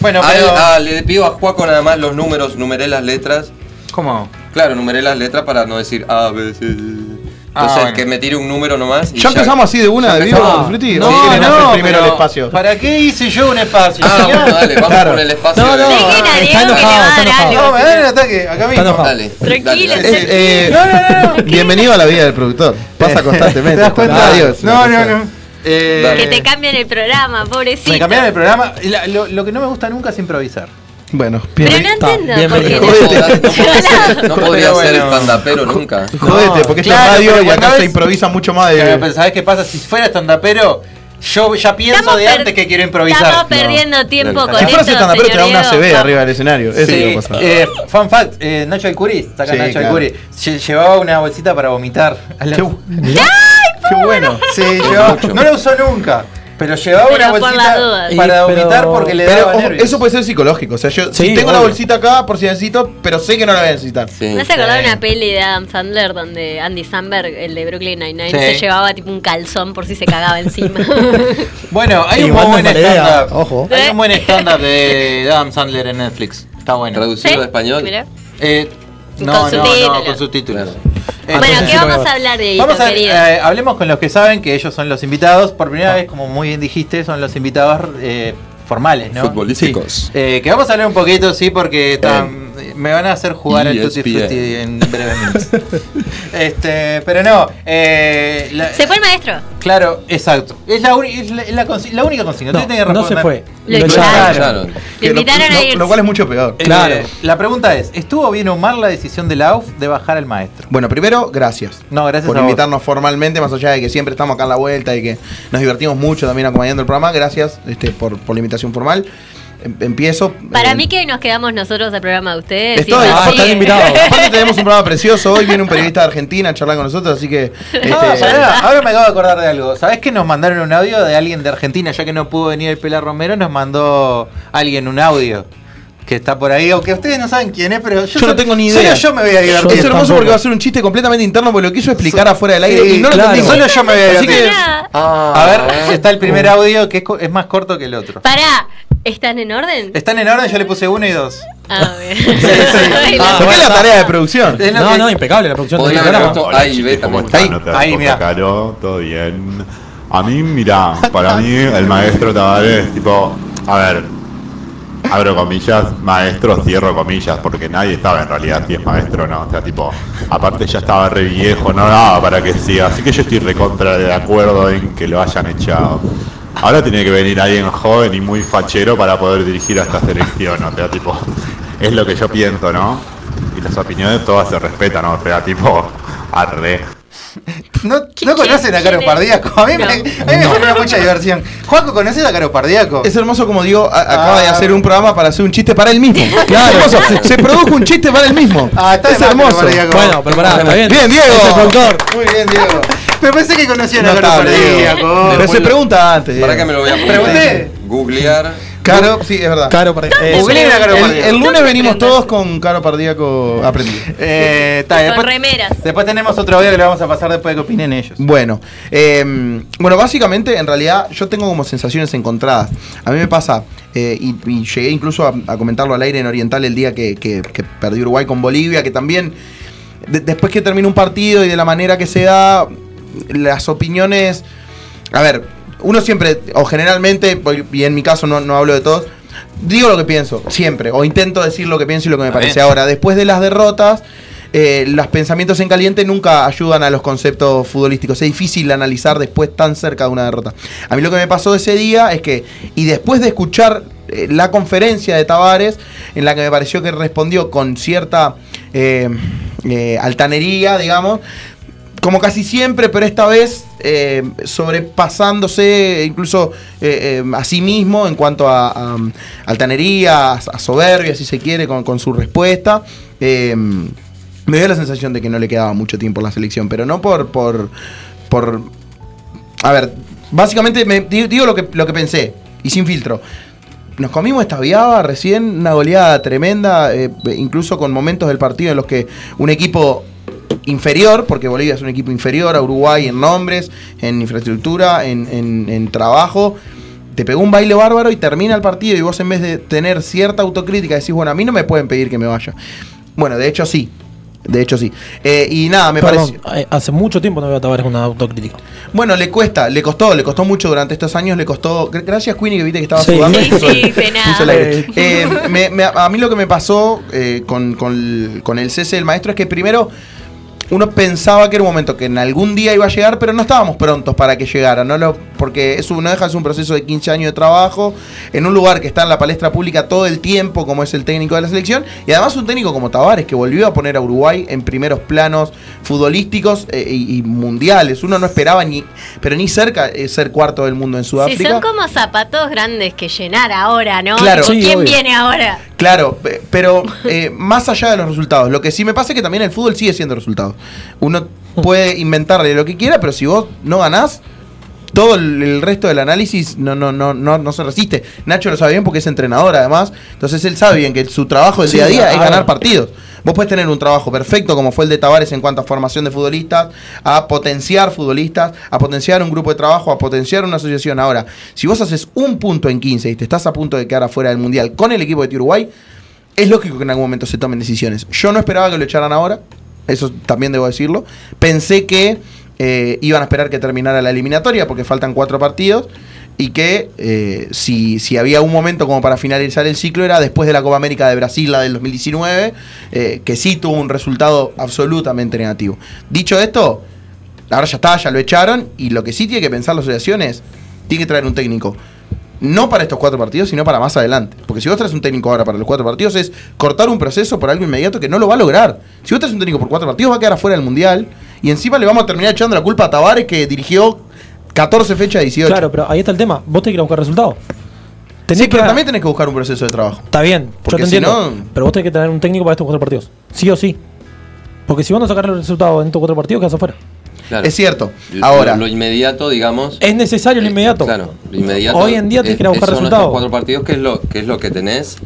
S2: Bueno,
S6: Al-
S2: pero-
S6: ah, le pido a Juaco nada más los números, numeré las letras.
S2: ¿Cómo?
S6: Claro, numeré las letras para no decir A, B, C. Entonces,
S2: Ah, bueno.
S6: que me tire un número nomás. y
S4: ¿Ya empezamos así de una,
S6: ya
S4: de vivo,
S6: empezamos.
S4: Frutti?
S2: No,
S4: ¿O quieren hacer
S2: no,
S4: primero el
S2: pero-
S4: espacio?
S2: ¿Para qué hice yo un espacio?
S6: Ah,
S2: señor?
S6: bueno, dale, vamos por el espacio.
S2: No, no,
S6: Dejen a
S2: ah,
S6: Diego que le va a
S2: está
S6: dar
S2: enojado.
S6: algo,
S2: No, me dan el ataque, acá mismo.
S6: Dale.
S3: Tranquilo,
S4: Es, eh,
S2: No, no, no, no.
S4: Bienvenido a la vida del productor. Pasa constantemente.
S2: ¿Te das cuenta?
S4: Adiós.
S2: No, no, no. Eh,
S3: Que te cambian el programa, pobrecito.
S2: me cambiaron el programa. La- lo, lo que no me gusta nunca es improvisar.
S4: Bueno,
S3: Pero no entiendo. porque
S6: No podría
S2: Pero
S6: ser
S2: bueno.
S6: stand-upero nunca.
S4: Jódete, porque esto es radio y acá se improvisa mucho más de.
S2: Pero, pero ¿sabés qué pasa? Si fuera estandapero, yo ya pienso
S3: Estamos
S2: de
S3: per-
S2: antes que quiero improvisar.
S3: Estamos
S2: No.
S3: perdiendo tiempo
S2: Claro.
S3: con
S4: Si fueras
S3: esto, señor
S4: estandapero te da una
S3: Diego.
S4: CB arriba del escenario. Eso
S2: Sí,
S4: es lo que pasa.
S2: eh, fun fact, eh, Nacho Alcuri, saca
S4: Sí,
S2: Nacho
S4: claro.
S2: Alcuri, lle- llevaba una bolsita para vomitar. a la-
S4: Qué bueno.
S2: Sí, llevaba- no la usó nunca, pero llevaba
S3: Pero
S2: una
S3: por las
S2: bolsita para
S3: dudas.
S4: Y- pero-
S2: vomitar porque le
S4: pero,
S2: daba
S4: ojo,
S2: nervios.
S4: Eso puede ser psicológico. O sea, yo si
S10: Sí,
S4: tengo la
S10: obvio.
S4: bolsita acá por si necesito, pero sé que no la voy a necesitar.
S3: ¿No se acordaba de una peli de Adam Sandler donde Andy Samberg, el de Brooklyn Nine-Nine,
S4: Sí.
S3: se llevaba tipo un calzón por si se cagaba encima?
S2: Bueno, hay un
S4: Igual no
S2: buen
S4: es mala idea,
S2: stand-up.
S4: ojo.
S2: Hay un buen stand-up de Adam Sandler en Netflix. Está bueno.
S6: Traducido a español.
S3: Mirá.
S2: Eh,
S3: Con
S2: no, no,
S3: subtítulos.
S2: no, con subtítulos. Eh,
S3: Bueno,
S2: entonces,
S3: ¿qué vamos a hablar de
S2: Vamos a,
S3: querido?
S2: eh, hablemos con los que saben que ellos son los invitados. Por primera
S10: Ah.
S2: vez, como muy bien dijiste, son los invitados eh, formales, ¿no?
S6: Futbolísticos.
S2: Sí. Eh, que vamos a hablar un poquito, sí, porque tan-
S10: Eh.
S2: me van a hacer jugar el
S10: E
S2: Tutti
S6: ESPN.
S2: Frutti en breves minutos. este, pero no, eh, la-
S3: Se fue el maestro.
S2: claro, exacto. Es la, uni- es la, es la consi- la única consigna.
S10: No,
S2: Ustedes tienen que
S10: no se
S2: responder.
S10: fue.
S3: Lo
S10: Lo
S2: echaron.
S10: echaron.
S3: Le
S4: Que lo-
S3: invitaron a
S4: lo-
S3: irse.
S4: Lo cual es mucho peor.
S2: Eh,
S10: Claro.
S2: la pregunta es, ¿estuvo bien o mal la decisión de la AUF de bajar al maestro?
S4: Bueno, primero, gracias.
S2: No, gracias
S4: por
S2: a vos.
S4: invitarnos formalmente, más allá de que siempre estamos acá en la vuelta y que nos divertimos mucho también acompañando el programa. Gracias este, por, por la invitación formal. Em- Empiezo.
S3: Para
S4: eh,
S3: mí que hoy nos quedamos nosotros al programa de ustedes. y
S4: Estoy,
S3: nos
S2: Ah,
S4: aparte,
S3: siguen.
S4: aparte tenemos un programa precioso. Hoy viene un periodista de Argentina a charlar con nosotros, así que. este,
S2: Ah, pará, ahora me acabo de acordar de algo. ¿Sabés que nos mandaron un audio de alguien de Argentina? Ya que no pudo venir el Pela Romero, nos mandó alguien un audio. Que está por ahí, aunque ustedes no saben quién es, pero yo,
S4: Yo no
S2: sé-
S4: tengo ni
S2: solo
S4: idea.
S2: yo me voy a divertir.
S4: es hermoso
S2: Tampoco.
S4: porque va a ser un chiste completamente interno porque lo quiso explicar afuera del aire
S2: Sí,
S4: y no lo
S2: claro.
S4: entendí.
S2: Solo yo me voy a
S4: Así
S2: divertir. Ah.
S4: que
S3: Pará,
S2: A
S4: Ah.
S2: ver, está el primer audio que es, co- es más corto que el otro.
S3: pará. ¿Están en orden?
S2: Están en orden, yo le puse uno y dos.
S3: A ver.
S4: Ah, ¿por qué la tarea de producción.
S2: Es lo
S10: No,
S2: que-
S10: no, impecable la producción del
S6: Podría haber
S10: programa.
S6: puesto A y B también.
S2: Ahí, ahí, mira.
S18: Caro, todo bien. A mí, mirá, para mí el maestro Tavares, tipo, a ver, abro comillas, maestro, cierro comillas, porque nadie estaba en realidad si es maestro o no. O sea, tipo, aparte ya estaba re viejo, no daba para que siga. Así que yo estoy recontra de acuerdo en que lo hayan echado. Ahora tiene que venir alguien joven y muy fachero para poder dirigir a esta selección, o sea, tipo, es lo que yo pienso, ¿no? Y las opiniones todas se respetan, ¿no? o sea, tipo, arre.
S2: No, no conocen a Caro
S3: quién es?
S2: Pardiaco. A mí, me, a mí me genera mucha diversión. Juanco, ¿conoces a Caro Pardiaco?
S4: Es hermoso como digo, a- acaba
S2: Ah.
S4: de hacer un programa para hacer un chiste para él mismo.
S10: Claro.
S4: Hermoso, se, se produjo un chiste para él mismo.
S2: Ah, está de
S4: es
S2: más,
S4: hermoso.
S2: Caro Pardiaco.
S10: Bueno, pero pará, está bien. Este
S4: Bien, Diego.
S10: Es el productor.
S2: Muy bien, Diego. Pero pensé que conocían a Caro
S4: Notable.
S2: Pardiaco.
S4: Pero se pregunta antes.
S6: Para que me lo voy a
S2: Pregunté.
S6: apuntar. Googlear.
S4: Caro, sí, es verdad.
S10: Caro, para
S2: Eh,
S10: eso.
S2: Googleen a Caro
S4: el,
S2: Pardiaco.
S4: el lunes venimos todos con Caro Pardíaco aprendido.
S2: Eh, está,
S3: Con
S2: después,
S3: remeras.
S2: después tenemos otro audio que le vamos a pasar después de que opinen ellos.
S4: Bueno, eh, bueno, básicamente en realidad yo tengo como sensaciones encontradas. A mí me pasa, eh, y, y llegué incluso a, a comentarlo al aire en Oriental el día que, que, que perdí Uruguay con Bolivia, que también de- después que termina un partido y de la manera que se da, las opiniones... A ver, uno siempre, o generalmente, y en mi caso no, no hablo de todos, digo lo que pienso, siempre, o intento decir lo que pienso y lo que me
S2: Está
S4: parece
S2: bien.
S4: ahora. Después de las derrotas, eh, los pensamientos en caliente nunca ayudan a los conceptos futbolísticos. Es difícil analizar después tan cerca de una derrota. A mí lo que me pasó ese día es que, y después de escuchar eh, la conferencia de Tavares, en la que me pareció que respondió con cierta eh, eh, altanería, digamos, como casi siempre, pero esta vez eh, sobrepasándose incluso eh, eh, a sí mismo en cuanto a, a, um, altanería, a, a soberbia, si se quiere, con, con su respuesta. Eh, me dio la sensación de que no le quedaba mucho tiempo en la selección, pero no por. por, por a ver, básicamente me, di- digo lo que, lo que pensé y sin filtro. Nos comimos esta viaba recién, una goleada tremenda, eh, incluso con momentos del partido en los que un equipo inferior, porque Bolivia es un equipo inferior a Uruguay en nombres, en infraestructura, en, en- en trabajo. Te pegó un baile bárbaro y termina el partido y vos en vez de tener cierta autocrítica decís, bueno, a mí no me pueden pedir que me vaya. Bueno, de hecho sí. De hecho sí. Eh, y nada, me
S7: Perdón,
S4: parece...
S7: eh, Hace mucho tiempo no veo a Tavares con una autocrítica.
S4: Bueno, le cuesta, le costó, le costó mucho durante estos años, le costó. Gr- Gracias, Queenie, que viste que estaba
S7: Sí.
S4: sudando.
S7: Sí,
S4: Puso el-
S7: sí, de nada.
S4: puso el aire. Eh, me- me- a mí lo que me pasó eh, con, con el- con el cese del maestro es que primero uno pensaba que era un momento que en algún día iba a llegar, pero no estábamos prontos para que llegara, ¿no? Lo, porque es un, no deja de ser un proceso de 15 años de trabajo, en un lugar que está en la palestra pública todo el tiempo, como es el técnico de la selección, y además un técnico como Tavares, que volvió a poner a Uruguay en primeros planos futbolísticos eh, y, y mundiales. Uno no esperaba ni, pero ni cerca eh, ser cuarto del mundo en
S3: Si son
S4: Sudáfrica.
S3: como zapatos grandes que llenar ahora, ¿no?
S4: Claro.
S3: Tipo,
S4: Sí,
S3: ¿Quién
S4: obvio.
S3: viene ahora?
S4: Claro, pe- pero eh, más allá de los resultados, lo que sí me pasa es que también el fútbol sigue siendo resultados. Uno puede inventarle lo que quiera, pero si vos no ganás, todo el, el resto del análisis no, no, no, no, no se resiste. Nacho lo sabe bien porque es entrenador además, entonces él sabe bien que su trabajo del
S7: Sí,
S4: día a día es
S7: claro.
S4: ganar partidos. Vos podés tener un trabajo perfecto como fue el de Tavares en cuanto a formación de futbolistas, a potenciar futbolistas, a potenciar un grupo de trabajo, a potenciar una asociación. Ahora, si vos haces un punto en 15 y te estás a punto de quedar afuera del Mundial con el equipo de Uruguay, es lógico que en algún momento se tomen decisiones. Yo no esperaba que lo echaran ahora, eso también debo decirlo. Pensé que eh, iban a esperar que terminara la eliminatoria porque faltan cuatro partidos y que eh, si, si había un momento como para finalizar el ciclo era después de la Copa América de Brasil, la del 2019, eh, que sí tuvo un resultado absolutamente negativo. Dicho esto, ahora ya está, ya lo echaron y lo que sí tiene que pensar la asociación es, tiene que traer un técnico. No para estos cuatro partidos, sino para más adelante. Porque si vos traes un técnico ahora para los cuatro partidos, es cortar un proceso por algo inmediato que no lo va a lograr. Si vos traes un técnico por cuatro partidos, va a quedar afuera del mundial. Y encima le vamos a terminar echando la culpa a Tavares, que dirigió 14 fechas de 18.
S7: Claro, pero ahí está el tema. Vos tenés que ir a buscar resultados. Tenés
S4: Sí,
S7: que-
S4: pero también tenés que buscar un proceso de trabajo.
S7: Está bien, yo
S4: Porque
S7: te
S4: si
S7: entiendo.
S4: no-
S7: Pero vos tenés que tener un técnico para estos cuatro partidos. Sí o sí. Porque si vos no sacás los resultados en estos cuatro partidos, quedas afuera.
S6: Claro.
S4: Es cierto.
S6: Lo-
S4: Ahora.
S6: Lo, inmediato, digamos.
S7: Es necesario lo inmediato.
S6: Claro, lo inmediato.
S7: Hoy en día
S6: te
S7: tenés que ir a buscar resultados.
S6: cuatro partidos, que es lo que, es lo que tenés.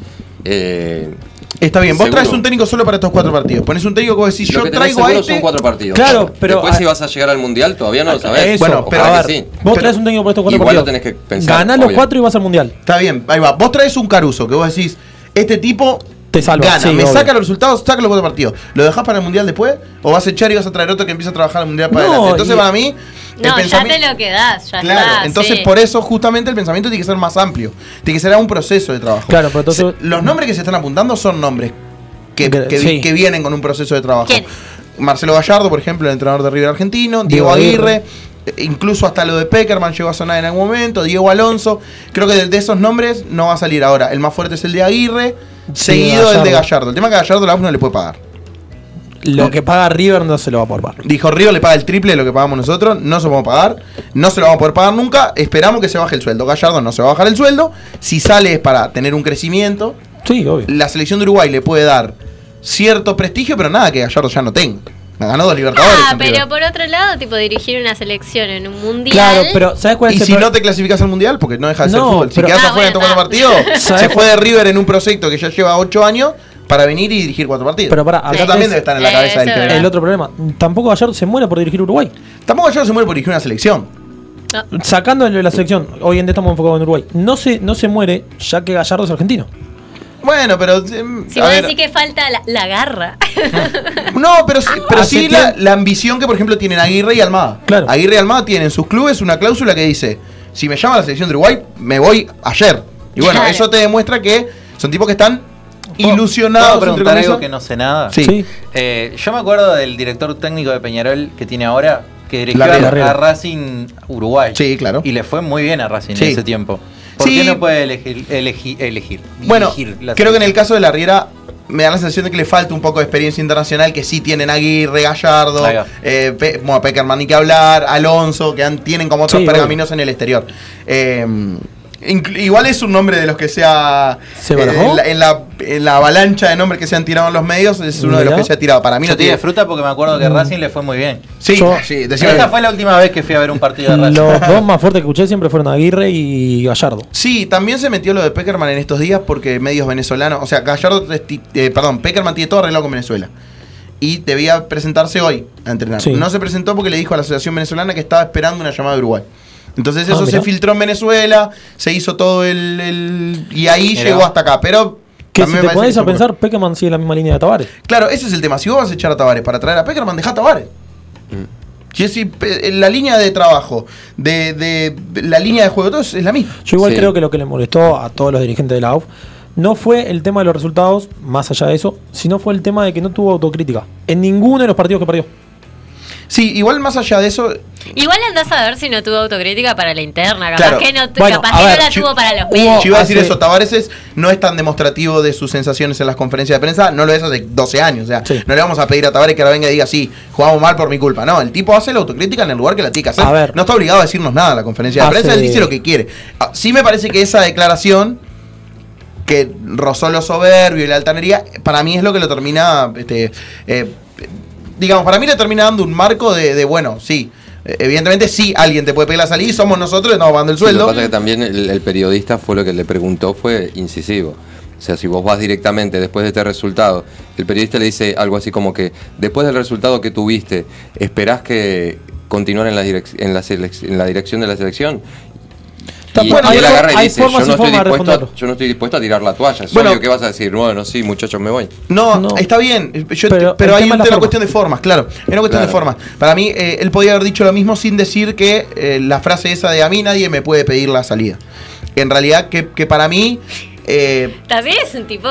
S6: eh,
S4: Está bien, vos
S6: seguro.
S4: traes un técnico solo para estos cuatro partidos. Pones un técnico que vos decís,
S6: Lo
S4: yo
S6: que tenés
S4: traigo a
S6: seguro
S4: este.
S6: son cuatro partidos.
S4: Claro, pero-
S6: Después, si vas a llegar al mundial, todavía no lo sabés.
S4: Eso, Bueno, pero
S6: Ojalá
S4: a
S6: que
S4: ver,
S6: sí.
S7: Ah, Vos traes un técnico para estos cuatro
S6: Igual lo
S7: partidos.
S6: tenés que pensar.
S7: Ganás los
S6: obvio.
S7: cuatro y vas al mundial.
S4: Está bien, ahí va. Vos traes un Caruso que vos decís, este tipo
S7: Te salva.
S4: gana,
S7: sí,
S4: me
S7: obvio.
S4: saca los resultados, saca los cuatro partidos. ¿Lo dejás para el mundial después? ¿O vas a echar y vas a traer otro que empiece a trabajar el mundial para
S7: No,
S4: adelante? Entonces,
S7: y-
S4: para mí. el
S3: No, ya
S4: pensamiento-
S3: te lo quedás, ya
S4: Claro,
S3: está,
S4: entonces
S3: sí.
S4: por eso justamente el pensamiento tiene que ser más amplio. Tiene que ser un proceso de trabajo.
S7: Claro, pero entonces-
S4: Se- los nombres que se están apuntando son nombres que,
S7: Que-
S4: que vi-
S7: sí.
S4: que vienen con un proceso de trabajo.
S3: ¿Quién?
S4: Marcelo Gallardo, por ejemplo, el entrenador de River Argentino, Diego,
S7: Diego Aguirre.
S4: Aguirre, eh, incluso hasta lo de Peckerman llegó a sonar en algún momento, Diego Alonso. Creo que de, de esos nombres no va a salir ahora. El más fuerte es el de Aguirre, seguido el de
S7: Gallardo.
S4: Gallardo. El tema es que Gallardo la UF no le puede pagar.
S7: Lo que paga River no se lo va a poder pagar.
S4: Dijo River le paga el triple de lo que pagamos nosotros, no se lo vamos a pagar, no se lo vamos a poder pagar nunca, esperamos que se baje el sueldo. Gallardo no se va a bajar el sueldo, si sale es para tener un crecimiento.
S7: Sí, obvio.
S4: La selección de Uruguay le puede dar cierto prestigio, pero nada que Gallardo ya no tenga. Ganó dos libertadores.
S3: Ah,
S4: en River.
S3: pero por otro lado, tipo dirigir una selección en un mundial.
S7: ¿sabes cuál
S4: Y si no te clasificas al mundial, porque no deja de ser
S7: No,
S4: fútbol. Si
S7: pero-
S4: quedas
S7: Ah,
S4: afuera en tu
S3: bueno,
S4: cuarto partido,
S3: está.
S4: se
S7: ¿Sabes
S4: fue de River en un proyecto que ya lleva 8 años para venir y dirigir cuatro partidos.
S7: Pero para,
S4: Eso también debe estar en la cabeza del
S7: El otro problema. Tampoco Gallardo se muere por dirigir Uruguay.
S4: Tampoco Gallardo se muere por dirigir una selección.
S7: Sacando de la selección, hoy en día estamos enfocados en Uruguay. No se, no se muere ya que Gallardo es argentino.
S4: Bueno, pero. em,
S3: Si
S4: a
S3: vos
S4: ver,
S3: decís que falta la, la garra. Eh.
S4: No, pero, sí- pero
S7: Hace
S4: sí la, la ambición que, por ejemplo, tienen Aguirre y Almada. Aguirre y Almada tienen en sus clubes una cláusula que dice: si me llama la selección de Uruguay, me voy ayer. Y bueno,
S1: Claro.
S4: eso te demuestra que son tipos que están
S1: ¿Puedo
S4: ilusionados. entre
S1: preguntar algo
S4: comillas?
S1: que no sé nada?
S4: Sí. Sí.
S1: Eh, yo me acuerdo del director técnico de Peñarol que tiene ahora, que dirigió
S4: Larrera.
S1: a-
S4: Larrera.
S1: a Racing Uruguay.
S4: Sí, claro.
S1: Y le fue muy bien a Racing
S4: Sí.
S1: en ese tiempo. ¿Por
S4: Sí.
S1: qué no puede elegir? elegi- elegir
S4: Bueno,
S1: dirigir la
S4: creo que en
S1: selección?
S4: el caso de la Riera me da la sensación de que le falta un poco de experiencia internacional que sí tienen Aguirre, Gallardo,
S1: Ahí va.
S4: eh, Pe- bueno, Peckerman ni que hablar, Alonso, que han- tienen como otros
S7: Sí,
S4: pergaminos en el exterior. Eh, inclu- igual es un nombre de los que sea
S7: ¿Se
S4: eh,
S7: barajó?
S4: en, la, en la- en la avalancha de nombres que se han tirado en los medios es uno de los
S1: Mirá.
S4: que se ha tirado. Para mí
S1: Yo
S4: no
S1: tiré
S4: tiene
S1: fruta porque me acuerdo que Racing le fue muy bien.
S4: Sí,
S7: Yo-
S4: sí, decime.
S1: Esta fue la última vez que fui a ver un partido de Racing.
S7: Los dos más fuertes que escuché siempre fueron Aguirre y Gallardo.
S4: Sí, también se metió lo de Peckerman en estos días porque medios venezolanos, o sea, Gallardo, es ti- eh, perdón, Peckerman tiene todo arreglado con Venezuela. y debía presentarse hoy a entrenar.
S7: Sí.
S4: No se presentó porque le dijo a la Asociación Venezolana que estaba esperando una llamada de Uruguay. Entonces
S7: Ah,
S4: eso se
S7: mirá.
S4: filtró en Venezuela, se hizo todo el... el- y ahí
S7: Mirá.
S4: llegó hasta acá, pero...
S7: Que si
S4: también
S7: te
S4: me parece
S7: pones
S4: que
S7: a
S4: es un-
S7: pensar, Peckerman sigue la misma línea de Tavares.
S4: Claro, ese es el tema. Si vos vas a echar a Tavares para traer a Peckerman, dejá a Tavares. Si es- si, pe- la línea de trabajo, de, de- la línea de juego, todo es es la misma.
S7: Yo igual creo que lo que le molestó a todos los dirigentes de la AUF no fue el tema de los resultados, más allá de eso, sino fue el tema de que no tuvo autocrítica en ninguno de los partidos que perdió.
S4: Sí, igual más allá de eso,
S3: Igual andás a ver si no tuvo autocrítica para la interna. Capaz
S4: Claro.
S3: que no,
S4: Bueno, a
S3: capaz que
S4: ver,
S3: no la
S4: yo-
S3: tuvo para los medios.
S4: Yo iba a decir eso, Tavares es- no es tan demostrativo de sus sensaciones en las conferencias de prensa, no lo es hace 12 años, o sea, no le vamos a pedir a Tavares que ahora venga y diga, sí, jugamos mal por mi culpa, no, el tipo hace la autocrítica en el lugar que la tiene que hacer,
S7: A ver.
S4: no está obligado a decirnos nada en la conferencia de
S7: Hace-
S4: prensa, él dice lo que quiere. Ah, Sí me parece que esa declaración que rozó lo soberbio y la altanería, para mí es lo que lo termina, este, eh, digamos, para mí le termina dando un marco de, de, bueno, sí. eh, Evidentemente sí, alguien te puede pedir la salida y somos nosotros, estamos pagando el
S6: Sí, Lo
S4: sueldo.
S6: que pasa es que también el, el periodista fue lo que le preguntó, fue incisivo. O sea, si vos vas directamente después de este resultado, el periodista le dice algo así como que, después del resultado que tuviste, ¿esperás que continuar en la, direc- en la, selec- en la dirección de la selección?
S7: Está
S6: Y,
S7: bueno,
S6: y
S7: hay
S6: él
S7: for-
S6: agarra y
S7: hay
S6: dice,
S7: formas
S6: yo
S7: y
S6: no, estoy
S7: formas de
S6: dispuesto, a-
S7: responderlo".
S6: yo no estoy dispuesto a tirar la toalla. Es
S4: Bueno.
S6: obvio que vas a decir, bueno, sí, muchachos, me voy.
S4: No, está bien, yo-
S6: el
S4: pero, hay
S6: tema
S4: un-
S6: es la
S4: una
S6: forma.
S4: cuestión de formas, claro. Es una cuestión de
S6: Claro.
S4: formas. Para mí, eh, él podía haber dicho lo mismo sin decir que eh, la frase esa de a mí nadie me puede pedir la salida. En realidad, que, que para mí. eh,
S3: También es un tipo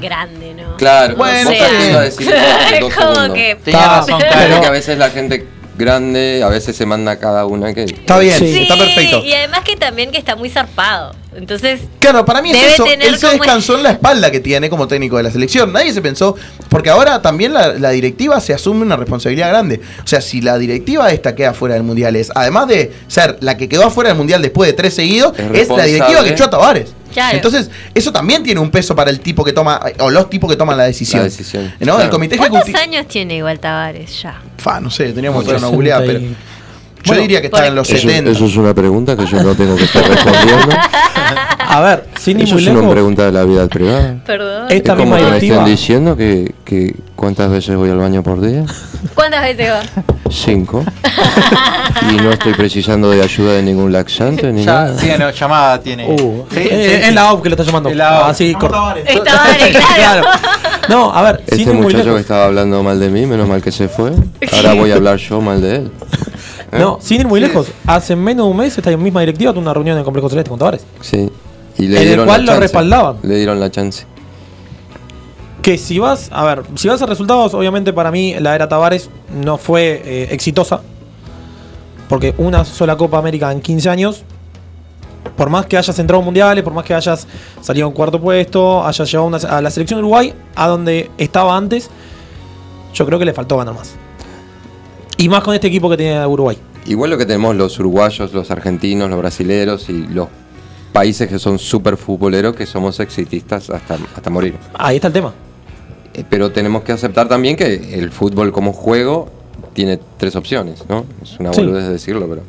S3: grande, ¿no?
S6: Claro,
S3: Bueno,
S6: vos
S3: está
S6: estás
S3: bien.
S6: yendo a decir cosas en dos
S3: Como
S6: segundos.
S3: que-
S6: Tenía
S3: Está,
S6: razón,
S3: pero-
S6: claro. que a veces la gente grande, a veces se manda cada una que... Está
S4: bien, está perfecto.
S3: Y además que también que está muy zarpado. Entonces,
S4: claro, para mí es
S3: Debe
S4: eso.
S3: tener
S4: Él se
S3: como-
S4: descansó en la espalda que tiene como técnico de la selección. Nadie se pensó. Porque ahora también la, la directiva se asume una responsabilidad grande. O sea, si la directiva esta queda fuera del mundial, es además de ser la que quedó afuera del mundial después de tres seguidos, es, la directiva que
S6: responsable.
S4: echó a Tavares.
S3: Claro.
S4: Entonces, eso también tiene un peso para el tipo que toma, eh, o los tipos que toman la decisión.
S6: La decisión.
S4: ¿No? El
S6: Claro.
S4: comité
S3: ¿cuántos
S4: ejecutivo.
S3: años tiene igual Tavares ya?
S4: Fa, no sé, teníamos que
S6: Mucho.
S4: hacer una googleada, pero. Yo diría que está en los 70.
S6: Eso es una pregunta que yo no tengo que estar respondiendo.
S7: A ver, sin ir
S6: Eso
S7: muy
S6: es una
S7: lejos,
S6: pregunta de la vida privada.
S3: Perdón.
S7: Esta
S6: es como
S7: misma
S6: que me
S7: directiva.
S6: estén diciendo que, que cuántas veces voy al baño por día.
S3: ¿Cuántas veces va?
S6: Cinco. y no estoy precisando de ayuda de ningún laxante ni
S1: Ya,
S6: nada.
S1: sí, no, llamada tiene.
S7: Uh,
S1: Sí,
S7: eh,
S1: sí,
S7: es
S1: sí.
S7: la AUF que lo está llamando. Ah, sí, cor-
S3: Tavares, claro.
S7: No, a ver, sin
S6: Este
S7: ir muy
S6: muchacho que
S7: lejos.
S6: estaba hablando mal de mí, menos mal que se fue. Ahora voy a hablar yo mal de él. ¿Eh?
S7: No, sin ir muy lejos. Hace menos de un mes esta misma directiva tuvo una reunión en el complejo celeste con Tavares.
S6: ¿Eh? Sí. Y
S7: En
S6: le
S7: el
S6: dieron
S7: cual
S6: la
S7: lo
S6: chance.
S7: respaldaban.
S6: Le dieron la chance.
S7: Que si vas, a ver, si vas a resultados, obviamente para mí la era Tavares no fue eh, exitosa. Porque una sola Copa América en 15 años, por más que hayas entrado a mundiales, por más que hayas salido en cuarto puesto, hayas llevado una- a la selección de Uruguay a donde estaba antes, yo creo que le faltó ganar más. Y más con este equipo que tiene Uruguay.
S6: Igual lo que tenemos los uruguayos, los argentinos, los brasileros y los países que son súper futboleros, que somos exitistas hasta, hasta morir.
S7: Ahí está el tema.
S6: Eh, Pero tenemos que aceptar también que el fútbol como juego tiene tres opciones, ¿no? Es una
S7: Sí.
S6: boludez decirlo, pero...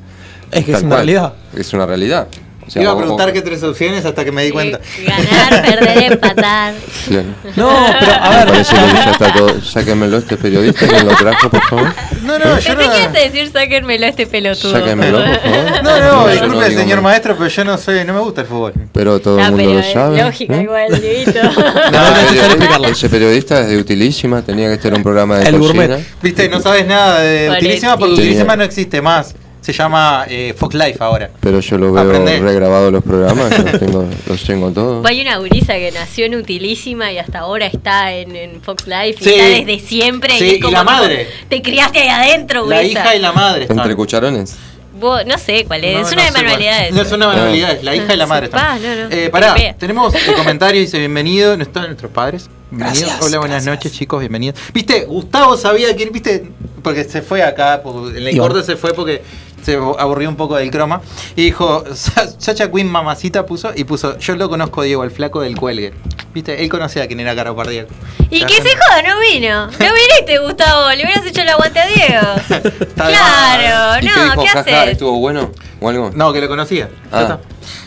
S7: Es que es
S6: tal
S7: una realidad.
S6: Es una realidad. O sea,
S1: Iba a
S6: o- o-
S1: preguntar qué tres opciones hasta que me di cuenta.
S3: Ganar, perder, empatar.
S6: claro.
S7: No, pero a
S6: Me parece que ya está todo. Sáquenmelo este periodista que lo trajo, por favor.
S1: No,
S6: no,
S3: Pensé que ibas a decir sáquenmelo a este pelotudo.
S6: Sáquenmelo, por favor.
S1: No, no,
S6: yo
S1: disculpe,
S6: digo
S1: señor
S6: nada.
S1: maestro, pero yo no soy, no me gusta el fútbol.
S6: Pero todo
S3: Ah,
S6: el mundo
S3: pero
S6: lo
S3: es
S6: sabe.
S3: lógica
S6: ¿no?
S3: igual, Dieguito.
S6: Ese periodista- Ese periodista es de utilísima, tenía que estar en un programa de cocina.
S1: Viste, no sabes nada de
S3: Palestina.
S1: Utilísima porque
S6: Sí.
S1: Utilísima no existe más. Se llama eh, Fox Life ahora.
S6: Pero yo lo veo
S1: Aprendé.
S6: regrabado los programas, yo los tengo, los tengo todos.
S3: Hay una gurisa que nació en Utilísima y hasta ahora está en, en Fox Life y
S1: Sí.
S3: está desde siempre.
S1: Sí,
S3: es
S1: y
S3: como
S1: la
S3: tipo,
S1: madre.
S3: Te criaste ahí adentro,
S1: La
S3: gurisa.
S1: hija y la madre. están.
S6: ¿Entre cucharones?
S3: Vos- no sé cuál es. es
S1: No, no
S3: una de
S1: sé cuál.
S3: manualidades.
S1: No es una
S6: Ah.
S1: manualidad, es la hija y la madre.
S3: Pa,
S1: están.
S3: no, Ah, no.
S1: Eh, pará,
S3: Europea.
S1: tenemos el comentario, dice bienvenido, no están nuestros padres. Bienvenidos.
S2: Gracias,
S1: Hola, buenas noches, chicos, bienvenidos. Viste, Gustavo sabía que, viste, porque se fue acá, por- en el
S2: Y bueno.
S1: corte se fue porque se aburrió un poco del croma. Y dijo, "Sa- Sacha Queen mamacita puso, y puso, yo lo conozco Diego, el flaco del cuelgue. Viste, él conocía a quien era Caro Pardíaco.
S3: Y que se joda, no vino. No viniste, Gustavo. Le hubieras hecho el aguante a Diego.
S1: Está eh.
S3: claro,
S6: ¿Y
S3: no,
S6: qué dijo?
S3: ¿qué
S6: Jaja,
S3: haces?
S6: ¿Estuvo bueno o algo?
S1: No, que lo conocía. Ya
S6: Ah.
S1: está.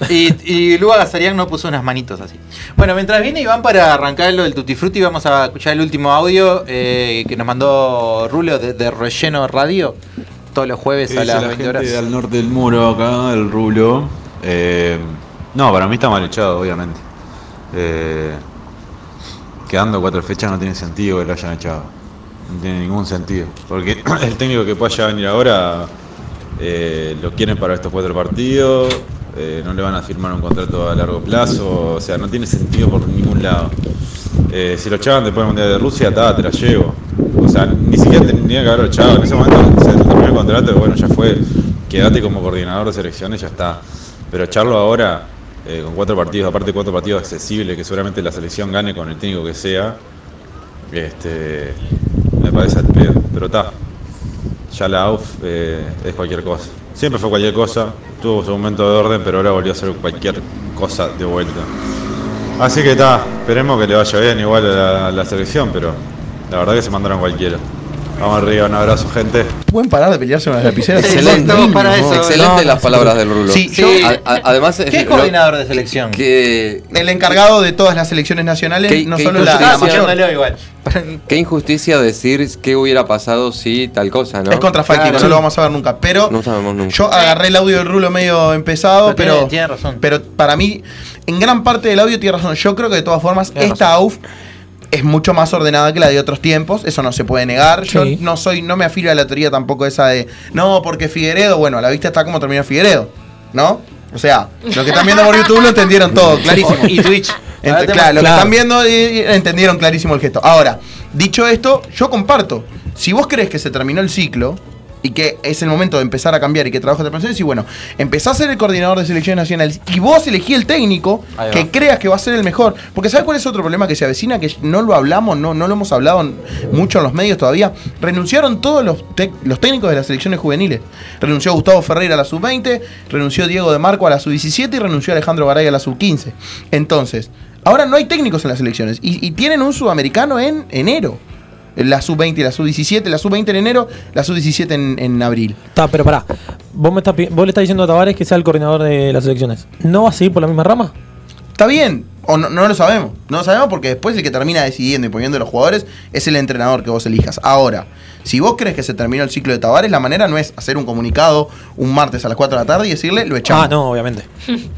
S1: Y, y Luba Gazarian no puso unas manitos así. Bueno, mientras viene Iván para arrancar lo del Tutti Frutti, vamos a escuchar el último audio eh, que nos mandó Rulo de, de Relleno Radio todos los jueves
S19: ¿Qué
S1: a
S19: dice
S1: las
S19: la
S1: 20
S19: gente
S1: horas.
S19: al norte del muro acá, el rulo. Eh, no, para mí está mal echado, obviamente. Eh, quedando cuatro fechas no tiene sentido que lo hayan echado. No tiene ningún sentido. Porque el técnico que pueda ya venir ahora eh, lo quieren para estos cuatro partidos. eh, no le van a firmar un contrato a largo plazo. O sea, no tiene sentido por ningún lado. Eh, si lo echaban después del Mundial de Rusia, ta, te la llevo. O sea, ni siquiera tenía que haberlo echado. En ese momento se terminó el contrato, bueno, ya fue. Quédate como coordinador de selecciones, ya está. Pero echarlo ahora, eh, con cuatro partidos, aparte cuatro partidos accesibles, que seguramente la selección gane con el técnico que sea, este, me parece al pedo. Pero está. Ya la AUF eh, es cualquier cosa. Siempre fue cualquier cosa, tuvo su momento de orden, pero ahora volvió a ser cualquier cosa de vuelta. Así que está, esperemos que le vaya bien igual a la, a la selección, pero la verdad que se mandaron cualquiera. Vamos arriba, un abrazo, gente.
S4: Pueden parar de pelearse con las lapiceras.
S6: Excelente,
S4: Son
S6: para
S4: mínimos.
S6: eso, excelente las palabras del Rulo. Ah,
S4: Sí,
S6: Sí.
S4: yo-
S6: A- a- además,
S4: ¿Qué
S6: lo-
S4: coordinador
S1: de selección?
S6: Que,
S4: el encargado de todas las selecciones nacionales,
S6: ¿Qué-
S4: no
S6: qué
S4: solo la, la
S6: injusticia?
S4: mayor.
S1: Mándalo Ah, igual.
S6: qué injusticia decir qué hubiera pasado si tal cosa, ¿no?
S4: Es contrafáctico, no lo vamos a ver nunca. Pero
S6: No sabemos nunca.
S4: yo agarré el audio del rulo medio empezado, pero.
S1: tiene- tiene razón.
S4: Pero para mí, en gran parte del audio tiene razón. Yo creo que de todas formas, esta AUF es mucho más ordenada que la de otros tiempos. Eso no se puede negar. Yo
S7: Sí.
S4: no soy, no me afilo a la teoría tampoco esa de. No, porque Figueredo, bueno, a la vista está como terminó Figueredo, ¿no? O sea, lo que están viendo por YouTube lo entendieron todo, clarísimo.
S1: Y Twitch.
S4: Ent-
S1: Ahora te-
S4: claro, lo que
S1: claro.
S4: están viendo y- y entendieron clarísimo el gesto. Ahora, dicho esto, yo comparto. Si vos crees que se terminó el ciclo y que es el momento de empezar a cambiar y que trabajo te pensás, y bueno, empezás a ser el coordinador de selecciones nacionales y vos elegí el técnico
S1: Ahí va.
S4: que creas que va a ser el mejor. Porque ¿sabes cuál es otro problema que se avecina? Que no lo hablamos, no, no lo hemos hablado en- mucho en los medios todavía. Renunciaron todos los, tec- los técnicos de las selecciones juveniles. Renunció Gustavo Ferreira a la sub-20, renunció Diego de Marco a la sub-17 y renunció Alejandro Garay a la sub-15. Entonces, ahora no hay técnicos en las selecciones y, y tienen un sudamericano en enero. La sub-20 y la sub-17, la sub-20 en enero, la sub-17 en, en abril.
S7: Está, pero pará. Vos, me estás pi- vos le estás diciendo a Tavares que sea el coordinador de las elecciones. ¿No va a seguir por la misma rama?
S4: Está bien, o no, no lo sabemos. No lo sabemos porque después el que termina decidiendo y poniendo los jugadores es el entrenador que vos elijas. Ahora, si vos crees que se terminó el ciclo de Tavares, la manera no es hacer un comunicado un martes a las 4 de la tarde y decirle lo echamos.
S7: Ah, no, obviamente.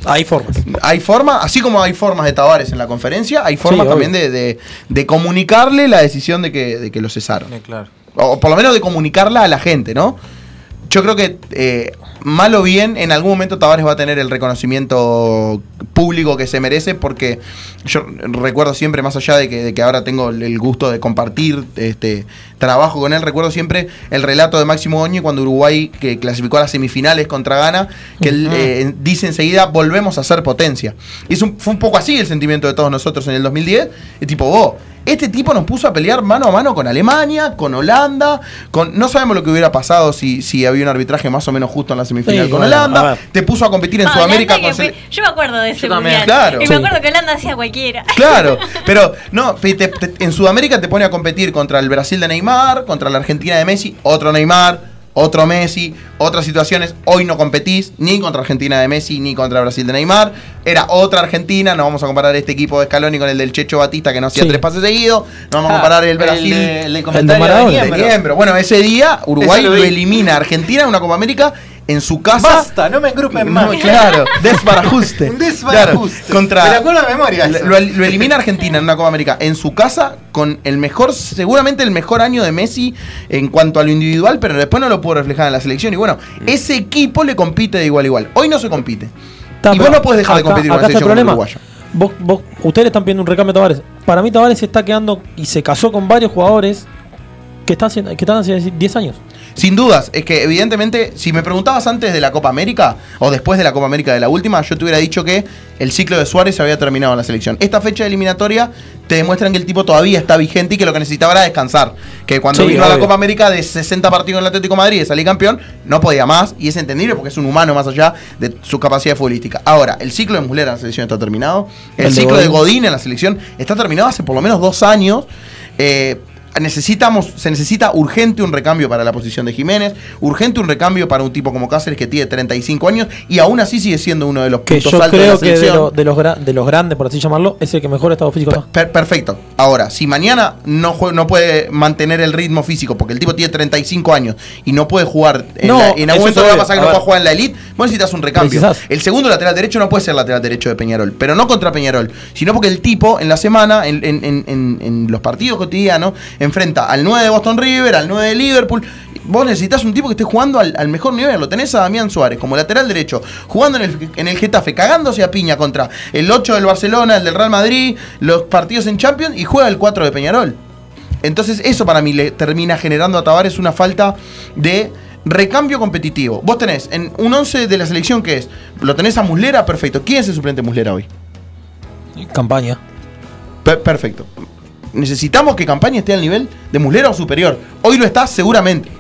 S7: Hay formas.
S4: Hay forma, así como hay formas de Tavares en la conferencia, hay formas
S7: Sí,
S4: también de, de- de comunicarle la decisión de que, de que lo cesaron.
S1: Claro.
S4: O por lo menos de comunicarla a la gente, ¿no? Yo creo que, eh, mal o bien, en algún momento Tavares va a tener el reconocimiento público que se merece, porque yo recuerdo siempre, más allá de que, de que ahora tengo el- el gusto de compartir este trabajo con él, recuerdo siempre el relato de Máximo Goñi cuando Uruguay que clasificó a las semifinales contra Ghana, que él
S1: Ujú.
S4: eh, dice enseguida, volvemos a ser potencia. Y es un- fue un poco así el sentimiento de todos nosotros en el 2010, es tipo, vos. Este tipo nos puso a pelear mano a mano con Alemania, con Holanda, con no sabemos lo que hubiera pasado si, si había un arbitraje más o menos justo en la semifinal
S7: Sí,
S4: con
S7: bueno, a
S4: Holanda.
S7: ver.
S4: Te puso a competir en
S3: Ah,
S4: Sudamérica
S3: Holanda
S4: con
S3: que fue-
S4: sele-
S3: Yo me acuerdo de ese
S4: también.
S3: mundial.
S4: Claro.
S3: Y
S4: Sí.
S3: me acuerdo que Holanda hacía cualquiera.
S4: Claro, pero no, te- te- te- en Sudamérica te pone a competir contra el Brasil de Neymar, contra la Argentina de Messi, otro Neymar, otro Messi, otras situaciones. Hoy no competís ni contra Argentina de Messi ni contra Brasil de Neymar. Era otra Argentina, no vamos a comparar este equipo de Scaloni con el del Checho Batista que no hacía
S1: Sí.
S4: tres pases seguidos. No vamos a
S1: Ah,
S4: comparar el
S1: el
S4: Brasil.
S1: de- el de comentario de
S4: Maradona.
S1: Niembro.
S4: De Niembro. Bueno, ese día Uruguay
S1: Eso lo
S4: lo,
S1: vi.
S4: elimina a Argentina en una Copa América en su casa.
S1: Basta, no me engrupen más.
S4: No, claro, desbarajuste.
S1: Un desbarajuste.
S4: Claro, contra,
S1: Me lo acuerdo de memoria eso.
S4: Lo, lo elimina Argentina en una Copa América en su casa con el mejor, seguramente el mejor año de Messi en cuanto a lo individual, pero después no lo pudo reflejar en la selección. Y bueno,
S1: Mm.
S4: ese equipo le compite de igual a igual. Hoy no se compite. y vos
S7: pero
S4: no puedes dejar de
S7: acá-
S4: competir con la
S7: acá está el
S4: selección
S7: problema.
S4: uruguaya.
S7: Vos, vos, ustedes le están pidiendo un recambio a Tavares. Para mí, Tavares se está quedando y se casó con varios jugadores que están, haciendo- que están hace 10 años.
S4: Sin dudas, es que evidentemente, si me preguntabas antes de la Copa América o después de la Copa América de la última, yo te hubiera dicho que el ciclo de Suárez se había terminado en la selección. Esta fecha de eliminatoria te demuestran que el tipo todavía está vigente y que lo que necesitaba era descansar. Que cuando
S7: Sí,
S4: vino a la
S7: obvio.
S4: Copa América de 60 partidos en el Atlético de Madrid y salí campeón, no podía más y es entendible porque es un humano más allá de su capacidad futbolística. Ahora, el ciclo de Muslera en la selección está terminado, el,
S7: El de
S4: ciclo de
S7: Godín.
S4: Godín en la selección está terminado hace por lo menos dos años. Eh, necesitamos, se necesita urgente un recambio para la posición de Jiménez, urgente un recambio para un tipo como Cáceres que tiene 35 años y aún así sigue siendo uno de los
S7: Que
S4: puntos
S7: yo
S4: altos de la
S7: creo que de,
S4: selección.
S7: lo- de los gra- de los grandes, por así llamarlo, es el que mejor estado físico está.
S4: Per- perfecto. Ahora, si mañana no, jue- no puede mantener el ritmo físico, porque el tipo tiene 35 años y no puede jugar en,
S7: No,
S4: la- en
S7: eso
S4: algún momento le va a
S7: es,
S4: pasar que
S7: a
S4: no
S7: ver.
S4: pueda jugar en la elite, vos necesitas un recambio.
S7: Precisás.
S4: El segundo lateral derecho no puede ser lateral derecho de Peñarol, pero no contra Peñarol, sino porque el tipo en la semana, en, en- en- en- en los partidos cotidianos, enfrenta al 9 de Boston River, al 9 de Liverpool. Vos necesitas un tipo que esté jugando al, al mejor nivel. Lo tenés a Damián Suárez como lateral derecho, jugando en el, en el Getafe, cagándose a piña contra el 8 del Barcelona, el del Real Madrid, los partidos en Champions y juega el 4 de Peñarol. Entonces eso para mí le termina generando a Tavares una falta de recambio competitivo. Vos tenés en un 11 de la selección que es, lo tenés a Muslera, perfecto. ¿Quién es el suplente de Muslera hoy?
S7: Campaña.
S4: Per- perfecto. Necesitamos que Campaña esté al nivel de Muslera o superior. Hoy lo está seguramente.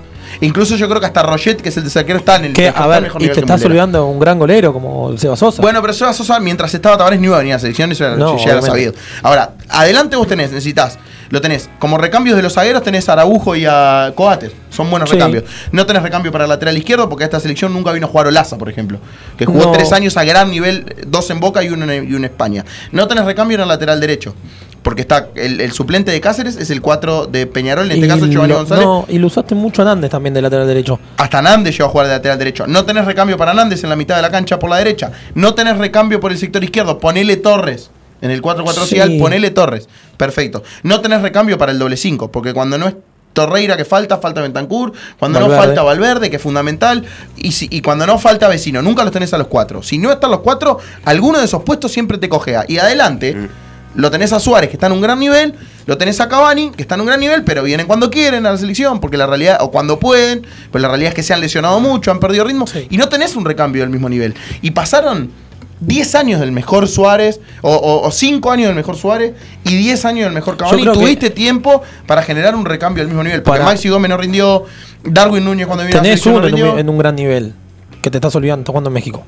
S4: Incluso yo creo que hasta Roget, que es el de saquero, está en el
S7: Que,
S4: está
S7: Eh, a
S4: al
S7: ver,
S4: mejor
S7: y
S4: nivel
S7: te
S4: que
S7: estás
S4: Muslera.
S7: olvidando de un gran golero como el Seba Sosa.
S4: Bueno, pero Seba Sosa, mientras estaba Tavares, no iba a venir a la selección, eso era-
S7: No,
S4: ya era
S7: obviamente.
S4: sabido. Ahora, adelante vos tenés, necesitas, lo tenés, como recambios de los zagueros tenés a Araujo y a Coates, son buenos
S7: Sí.
S4: recambios. No tenés recambio para el lateral izquierdo porque a esta selección nunca vino a jugar Olaza, por ejemplo, que jugó
S7: No.
S4: tres años a gran nivel, dos en Boca y uno en, y uno en España. No tenés recambio en el lateral derecho. Porque está el, el suplente de Cáceres es el 4 de Peñarol, en este
S7: Y
S4: caso Giovanni
S7: lo-
S4: González.
S7: No, y lo usaste mucho a Nández también de lateral derecho.
S4: Hasta Nández llegó a jugar de lateral derecho. No tenés recambio para Nández en la mitad de la cancha por la derecha. No tenés recambio por el sector izquierdo. Ponele Torres. En el 4-4
S7: Sí.
S4: social, ponele Torres. Perfecto. No tenés recambio para el doble 5, porque cuando no es Torreira que falta, falta Bentancur. Cuando no
S7: Valverde.
S4: falta Valverde, que es fundamental. Y, si- y cuando no falta Vecino, nunca los tenés a los cuatro. Si no están los cuatro, alguno de esos puestos siempre te cojea. Y adelante. Lo tenés a Suárez, que está en un gran nivel. Lo tenés a Cavani, que está en un gran nivel, pero vienen cuando quieren a la selección, porque la realidad, o cuando pueden, pues la realidad es que se han lesionado mucho, han perdido ritmo, y no tenés un recambio del mismo nivel. Y pasaron 10 años del mejor Suárez, o 5 años del mejor Suárez, y 10 años del mejor Cavani.
S7: creo que-
S4: Tuviste tiempo para generar un recambio del mismo nivel. Porque
S7: Para-
S4: Maxi Gómez no rindió, Darwin Núñez cuando vino a la
S7: Tenés
S4: selección
S7: uno
S4: no
S7: en
S4: rindió.
S7: un, en un gran nivel. Que te estás olvidando, está jugando en México.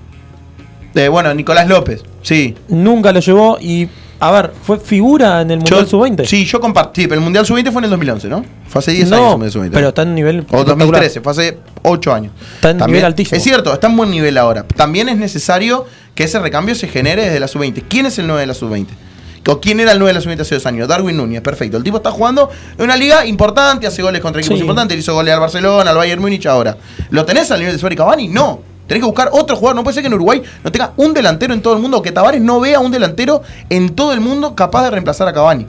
S4: Eh, bueno, Nicolás López, sí.
S7: Nunca lo llevó y, a ver, fue figura en el Mundial
S4: Yo-
S7: Sub-20.
S4: Sí, yo compartí, pero el Mundial Sub-20 fue en el 2011, ¿no? Fue hace 10 años el
S7: no,
S4: Mundial Sub-20.
S7: pero está en un nivel.
S4: O
S7: espectacular.
S4: 2013, fue hace 8 años.
S7: Está en nivel altísimo.
S4: Es cierto, está en buen nivel ahora. También es necesario que ese recambio se genere desde la sub-20. ¿Quién es el 9 de la sub-20? ¿O quién era el 9 de la sub-20 hace dos años? Darwin Núñez, perfecto. El tipo está jugando en una liga importante, hace goles contra equipos
S7: Sí.
S4: importantes, le hizo goles al Barcelona, al Bayern Múnich ahora. ¿Lo tenés al nivel de Suárez y Cavani? No. Tenés que buscar otro jugador. No puede ser que en Uruguay no tenga un delantero en todo el mundo, o que Tavares no vea un delantero en todo el mundo capaz de reemplazar a Cavani.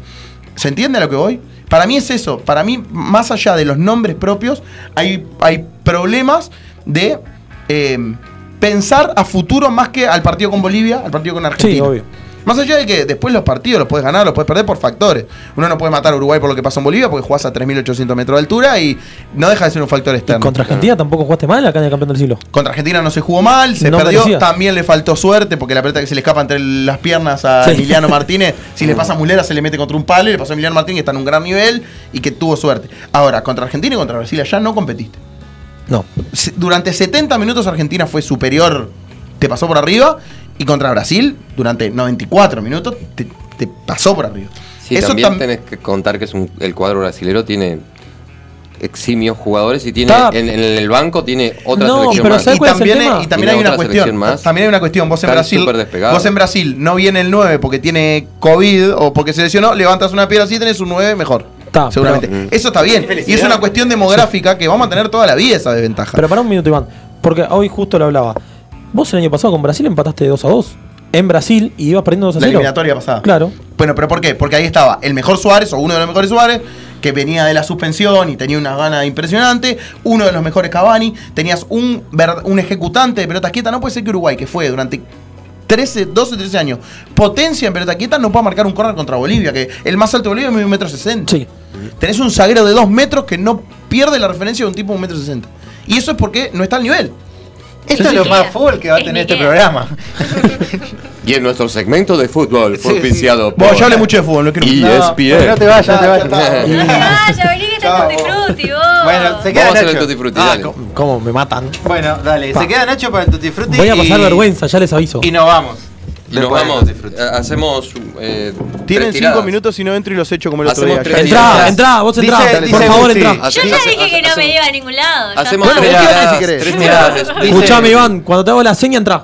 S4: ¿Se entiende a lo que voy? Para mí es eso. Para mí, más allá de los nombres propios, hay, hay problemas de eh, pensar a futuro más que al partido con Bolivia, al partido con Argentina.
S7: Sí, obvio.
S4: Más allá de que después los partidos los puedes ganar, los puedes perder por factores. Uno no puede matar a Uruguay por lo que pasó en Bolivia porque jugás a 3.800 metros de altura y no deja de ser un factor externo.
S7: Contra Argentina tampoco jugaste mal acá en el campeón del siglo.
S4: Contra Argentina no se jugó mal, se
S7: No
S4: perdió.
S7: merecía.
S4: También le faltó suerte porque la pelota que se le escapa entre las piernas a
S7: Sí.
S4: Emiliano Martínez, si le pasa a Mulera se le mete contra un palo y le pasó a Emiliano Martínez que está en un gran nivel y que tuvo suerte. Ahora, contra Argentina y contra Brasil allá no competiste.
S7: No.
S4: Se- Durante 70 minutos Argentina fue superior, te pasó por arriba y contra Brasil durante 94 minutos te, te pasó por arriba.
S6: Sí,
S4: Eso
S6: también
S4: tam-
S6: tenés que contar que es un- el cuadro brasilero tiene eximios jugadores y tiene
S7: Está-
S6: en, en el banco tiene otra
S7: No,
S6: selección
S7: pero
S6: más.
S7: ¿sabes
S4: y
S7: cuál es el
S4: también,
S7: tema?
S4: y también
S6: Y
S4: hay
S6: otra
S4: una cuestión.
S6: selección más.
S4: También hay una cuestión. Vos en
S6: Están
S4: Brasil.
S6: súper despegados.
S4: Vos en Brasil no viene el 9 porque tiene COVID o porque se lesionó, levantas una piedra así y tenés un 9 mejor.
S7: Está,
S4: seguramente.
S7: pero-
S4: Eso está bien. Y es una cuestión demográfica que vamos a tener toda la vida esa desventaja.
S7: Pero para un minuto, Iván, porque hoy justo lo hablaba. Vos el año pasado con Brasil empataste 2 a 2 en Brasil y ibas perdiendo 2 a
S4: la
S7: 0.
S4: eliminatoria pasada.
S7: Claro.
S4: Bueno, pero ¿por qué? Porque ahí estaba el mejor Suárez o uno de los mejores Suárez, que venía de la suspensión y tenía una gana impresionante, uno de los mejores Cavani, tenías un, ver- un ejecutante de pelotas quietas, no puede ser que Uruguay, que fue durante 13, 12, 13 años, potencia en pelota quieta, no pueda marcar un córner contra Bolivia, que el más alto de Bolivia es 1,60 metro sesenta.
S7: Sí.
S4: Tenés un zaguero de 2 metros que no pierde la referencia de un tipo de 1,60 metro sesenta. Y eso es porque no está al nivel.
S1: Esto es lo más fútbol que va a tener este programa.
S6: Y en nuestro segmento de fútbol fue
S1: Sí, sí.
S6: auspiciado por E
S4: Bueno, yo hablé mucho de fútbol, no quiero
S6: ESPN.
S1: No te vayas, no te vayas.
S3: No te vayas, vení que está con Tutti Frutti, vos.
S1: Bueno, se queda
S6: Vamos a hacer el
S1: Nacho.
S6: Tutti Frutti,
S1: Ah,
S6: dale.
S1: co-
S7: ¿Cómo me matan?
S1: Bueno, dale,
S7: Pa.
S1: se queda Nacho para el Tutti Frutti.
S7: Voy a
S1: y-
S7: pasar vergüenza, ya les aviso.
S1: Y nos vamos.
S6: Nos
S1: Después
S6: vamos. eh, Hacemos. eh,
S4: Tienen
S6: tres tiradas.
S4: cinco minutos y no entro y los echo como el otro
S6: Hacemos
S4: día.
S6: tres
S4: Ya
S6: tiradas.
S4: está.
S6: Entrá,
S7: vos
S4: Dice-
S7: entrá, por
S4: dice-
S7: favor,
S4: sí.
S7: entrá.
S3: Yo ya dije que no me iba a ningún lado. ya
S6: Hacemos
S3: está.
S6: tres
S4: vos tirás
S6: tiradas.
S4: si querés.
S6: Tres tiradas.
S7: Escuchame, Iván, cuando te hago la seña, entra.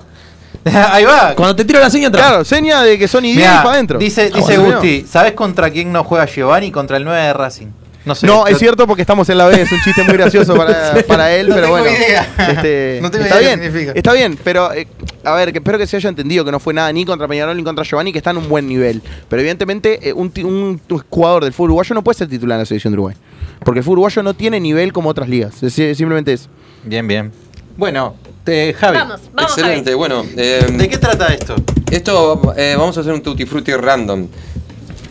S1: Ahí va.
S7: Cuando te tiro la seña, entra.
S4: Claro, seña de que son ideas
S1: Mirá,
S4: para adentro.
S1: Dice,
S4: Ah,
S1: dice
S4: bueno.
S1: Gusti, ¿sabes contra quién no juega Giovanni? Contra el 9 de Racing. No sé.
S4: No,
S1: Yo-
S4: es cierto porque estamos en la B, es un chiste muy gracioso para, para él,
S1: No
S4: pero
S1: tengo
S4: bueno.
S1: idea.
S4: Este,
S1: No tengo
S4: está
S1: idea qué
S4: bien,
S1: significa.
S4: está bien, pero eh, a ver, que espero que se haya entendido que no fue nada ni contra Peñarol ni contra Giovanni, que está en un buen nivel. Pero evidentemente eh, un, ti- un jugador del fútbol uruguayo no puede ser titular en la selección de Uruguay. Porque el fútbol uruguayo no tiene nivel como otras ligas, es- es simplemente eso.
S1: Bien, bien. Bueno, te, Javi.
S3: Vamos, vamos.
S6: Excelente,
S3: Javi.
S6: bueno. eh,
S1: ¿De qué trata esto?
S6: Esto eh, vamos a hacer un tutti frutti random.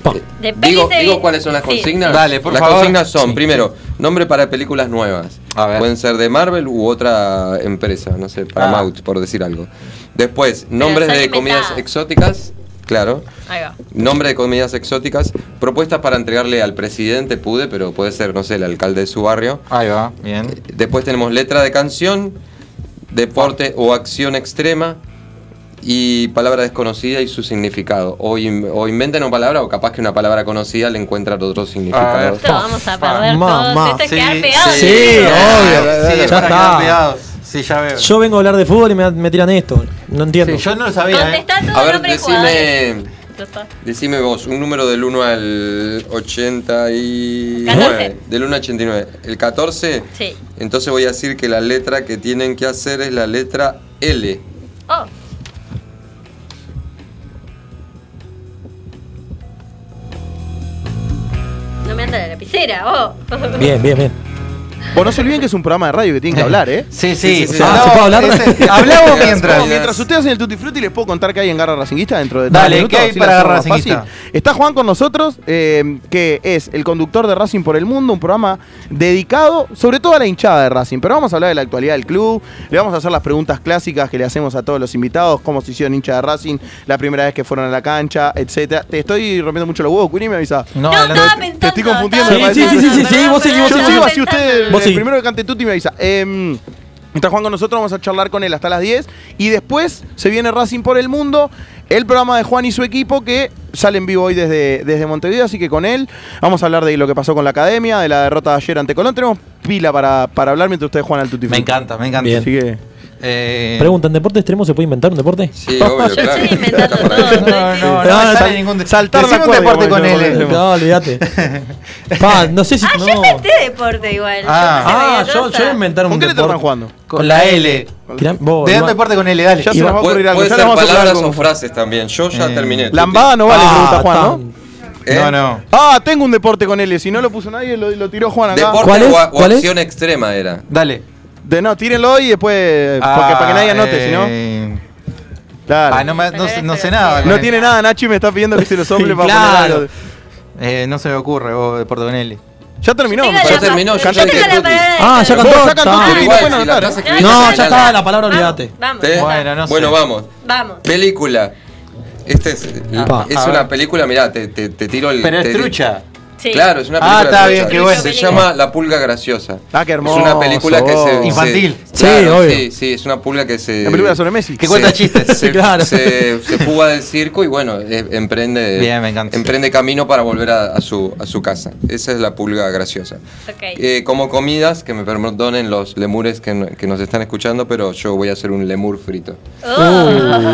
S6: Eh,
S3: De pelis
S6: Digo,
S3: de-
S6: digo cuáles son las
S3: Sí.
S6: consignas.
S1: Dale, por
S6: las
S1: favor.
S6: consignas son, primero, nombre para películas nuevas.
S1: A ver.
S6: Pueden ser de Marvel u otra empresa, no sé,
S1: Ah.
S6: Paramount, por decir algo. Después, nombres
S3: son
S6: de comidas
S3: inventadas.
S6: exóticas. Claro.
S3: Ahí va.
S6: Nombre de comidas exóticas. Propuestas para entregarle al presidente, pude, pero puede ser, no sé, el alcalde de su barrio.
S1: Ahí va, bien.
S6: Después tenemos letra de canción, deporte o acción extrema y palabra desconocida y su significado. O, in- o inventan una palabra o capaz que una palabra conocida le encuentran otro significado.
S3: Esto vamos a perder
S7: Ah, Mamá.
S3: todos. Esto es quedar pegados.
S7: sí,
S4: Ah,
S7: obvio.
S1: Sí,
S7: Ya
S1: es para
S7: está.
S1: quedar pegados. Sí, ya veo.
S7: Yo vengo a hablar de fútbol y me, me tiran esto. No entiendo.
S1: Sí, yo no lo sabía, ¿eh?
S3: Contestá todo
S6: A
S3: el
S6: ver,
S3: nombre de jugadores.
S6: decime,
S3: Ya está.
S6: decime vos, un número del 1 al 89.
S3: 14.
S6: Del 1 al 89. El 14,
S3: Sí.
S6: entonces voy a decir que la letra que tienen que hacer es la letra L.
S3: Oh, no me anda la lapicera, oh.
S7: Bien, bien, bien.
S4: Vos no se olviden que es un programa de radio que tienen que hablar, ¿eh?
S1: Sí, sí.
S7: sí. Ah, ¿se puede hablar?
S1: ese- hablamos
S6: Como
S1: mientras.
S4: No, mientras ustedes hacen el Tutti Frutti, les puedo contar que hay en Garra Racinguista dentro de tres
S1: Dale, ¿qué hay
S4: así la
S1: para
S4: hacemos
S1: Garra
S4: más fácil.
S1: Racinguista?
S4: Está Juan con nosotros, eh, que es el conductor de Racing por el Mundo, un programa dedicado sobre todo a la hinchada de Racing. Pero vamos a hablar de la actualidad del club, le vamos a hacer las preguntas clásicas que le hacemos a todos los invitados, cómo se hicieron hincha de Racing, la primera vez que fueron a la cancha, etcétera. Te estoy rompiendo mucho los huevos, Queenie me avisa.
S3: No,
S1: adelante.
S3: estaba pensando.
S4: te estoy confundiendo,
S3: estaba
S4: me parece.
S3: pensando,
S4: Sí, sí, sí,
S7: sí, sí,
S3: perdón,
S7: vos seguí, vos
S4: Yo
S3: perdón,
S7: seguí.
S4: sigo
S3: estaba
S4: así usted.
S3: pensando.
S7: Vos
S4: Vos
S7: seguí.
S4: Primero que cante Tuti me avisa. Eh, está Juan con nosotros, vamos a charlar con él hasta las 10. Y después se viene Racing por el Mundo, el programa de Juan y su equipo que sale en vivo hoy desde, desde Montevideo. Así que con él vamos a hablar de lo que pasó con la academia, de la derrota de ayer ante Colón. Tenemos pila para, para hablar mientras ustedes juegan al Tuti.
S1: Me encanta, me encanta.
S4: Así que.
S1: Eh,
S7: Preguntan, ¿deporte extremo se puede inventar un deporte?
S6: Sí, obvio,
S3: Yo
S6: claro.
S3: estoy inventando
S6: Está para
S3: todo.
S6: eso.
S1: No, no, no,
S7: No,
S1: me
S7: sal-
S1: sale ningún de-
S4: saltar la
S1: Decime un
S4: cuerda,
S1: deporte
S4: igual,
S1: con
S4: yo no
S1: él.
S4: lo
S1: No.
S7: No, olvídate. Pa, no sé si.
S3: Ah,
S7: no.
S3: yo inventé deporte igual.
S7: Ah,
S3: Yo no
S7: yo,
S3: sabía
S7: yo
S3: cosa.
S7: inventar un
S4: ¿Con qué le
S7: deporte.
S4: están jugando?
S1: Con la L.
S7: Tirá- vos,
S1: De un
S7: Iván.
S1: deporte con L, dale.
S4: Ya se
S7: Iván,
S4: nos va a ocurrir
S6: Puede,
S4: algo.
S6: puede
S4: Ya
S6: ser
S4: le vamos a hablar
S6: palabras o
S4: algo.
S6: frases también. Yo ya
S1: Eh,
S6: terminé.
S4: Lambada no vale,
S7: Ah,
S4: pregunta Juan, ¿no?
S7: tan-
S6: ¿Eh?
S1: No, no.
S4: Ah, tengo un deporte con L. Si no lo puso nadie, lo, lo tiró Juan acá.
S6: Deporte
S7: ¿Cuál es?
S6: o, a- o
S7: ¿Cuál es?
S6: acción extrema era.
S1: Dale.
S4: De, no, tírenlo y después. porque, para que nadie
S1: eh,
S4: anote, si no. Claro.
S1: Ah, no, me- no, sé- no sé nada.
S4: No tiene nada, Nachi me está pidiendo que se lo sople para
S1: Claro.
S4: poner algo.
S1: Eh, no se me ocurre, vos, deporte con L.
S4: Ya terminó.
S3: Tengo
S4: me
S3: la
S6: Ya
S4: parece.
S6: terminó,
S3: pa-
S6: ya
S3: yo
S6: dije
S3: tengo la
S6: tutti.
S3: palabra de
S7: Ah, ya
S3: deporte.
S7: cantó.
S4: Vos sacan
S7: Está.
S4: todo y no
S6: Igual,
S4: pueden
S6: si la
S4: anotar.
S6: frase
S3: No,
S6: escribiste,
S7: No, ya
S6: dale.
S7: está, la palabra
S3: Vamos,
S7: olvídate.
S3: Vamos,
S6: ¿Te-
S3: ya está.
S1: Bueno, no sé.
S6: Bueno, vamos.
S3: vamos.
S6: Película. Esta es,
S7: Pa.
S6: es
S1: Ah, A
S6: una
S1: ver.
S6: película, mirá, te, te, te tiro el.
S1: Pero
S6: te-
S1: es trucha.
S3: Sí.
S6: Claro, es una
S1: Ah,
S6: película.
S1: está
S6: trucha.
S1: bien, qué
S3: bueno.
S6: Se llama La Pulga Graciosa.
S4: Ah, qué hermoso.
S6: Es una película que se. se-
S1: Infantil.
S7: Sí,
S6: claro,
S7: obvio.
S6: Sí, sí, es una pulga que se.
S4: La película sobre Messi.
S1: Que cuenta
S6: se-
S1: chistes.
S6: Se,
S7: Claro.
S6: se, se fuga del circo y bueno, eh, emprende.
S1: Bien, me encanta.
S6: Emprende camino para volver a, a su, a su casa. Esa es la pulga graciosa.
S3: Ok.
S6: Eh, como comidas, que me perdonen los lemures que, no- que nos están escuchando, pero yo voy a hacer un lemur frito.
S3: Oh,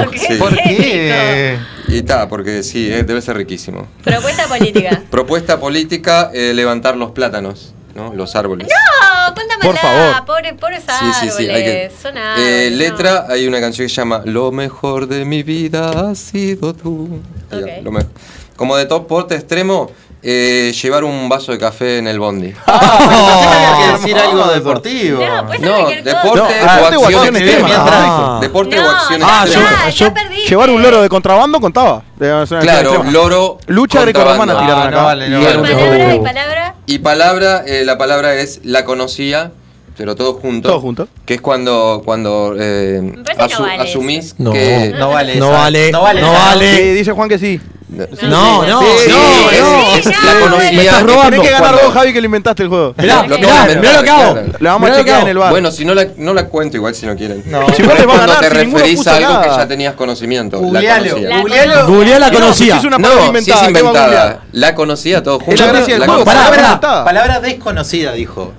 S6: Uh,
S3: qué
S6: sí.
S1: ¿Por
S3: rico.
S1: qué?
S6: Y está, porque sí, eh, debe ser riquísimo.
S3: Propuesta política.
S6: Propuesta política, eh, levantar los plátanos, ¿no? Los árboles.
S3: No, cuéntame
S4: Por favor.
S3: Pobre, pobres
S6: Sí, sí, sí, hay que-
S3: árboles. Son árboles,
S6: Eh,
S3: no.
S6: letra, hay una canción que se llama Lo mejor de mi vida ha sido tú. Ahí va,
S3: Ok.
S6: lo mejor. Como de top porte extremo, eh, llevar un vaso de café en el bondi.
S1: Tenía que decir algo deportivo.
S3: Ah, No, pues
S6: No,
S3: cualquier cosa.
S6: deporte
S1: Ah,
S4: deporte
S6: o
S4: o
S6: acción
S4: acción este
S6: extrema.
S1: extrema.
S7: Ah.
S6: Deporte
S3: No,
S6: o acción
S3: ya,
S6: extrema.
S3: ya,
S4: yo-
S3: perdiste.
S4: Llevar un loro de contrabando contaba. Debe ser una
S6: Claro,
S4: extrema.
S6: loro.
S4: Lucha
S6: contrabando.
S4: grecorromana tiraron
S1: Ah,
S4: acá.
S1: no vale, no
S4: Y era
S1: vale.
S4: un-
S3: Palabra y
S7: Oh.
S3: palabra.
S6: Y palabra, eh, la palabra es la conocía, pero todo junto.
S4: Todo junto.
S6: Que es cuando, cuando eh,
S3: parece que no vale
S6: asumís
S7: No.
S6: que.
S1: No vale.
S7: No
S1: esa-
S7: vale, no
S1: esa.
S7: vale.
S4: Sí, dice Juan que sí.
S7: No, no,
S6: Sí,
S7: no,
S6: sí,
S7: no.
S6: sí, ya,
S7: La conocía.
S6: me estás
S7: robando.
S4: Tenés que ganar
S6: ¿Cuándo?
S4: vos, Javi, que lo inventaste el juego.
S7: Mirá,
S6: Lo
S7: mirá,
S6: acabo de
S7: mirá lo que hago.
S6: inventar.
S4: La vamos a
S7: Mirá lo que
S4: chequear en
S7: hago.
S4: el bar.
S6: Bueno, si no la, no la cuento igual si no quieren.
S4: No. Si vos le vas a
S6: Cuando
S4: ganar,
S6: te
S4: si ninguno
S6: referís
S4: puso
S6: a algo
S4: nada.
S6: que ya tenías conocimiento.
S2: Googlealo,
S6: La conocías.
S2: googlealo.
S7: Googleá la conocía.
S4: No, si es una
S6: no,
S4: palabra
S6: si es
S4: inventada, ¿qué va a
S6: inventada.
S4: googlear?
S6: La conocía todos juntos.
S4: Es la gracia del juego,
S6: conocía.
S7: Pará, pará.
S4: inventada.
S2: Palabra desconocida, dijo.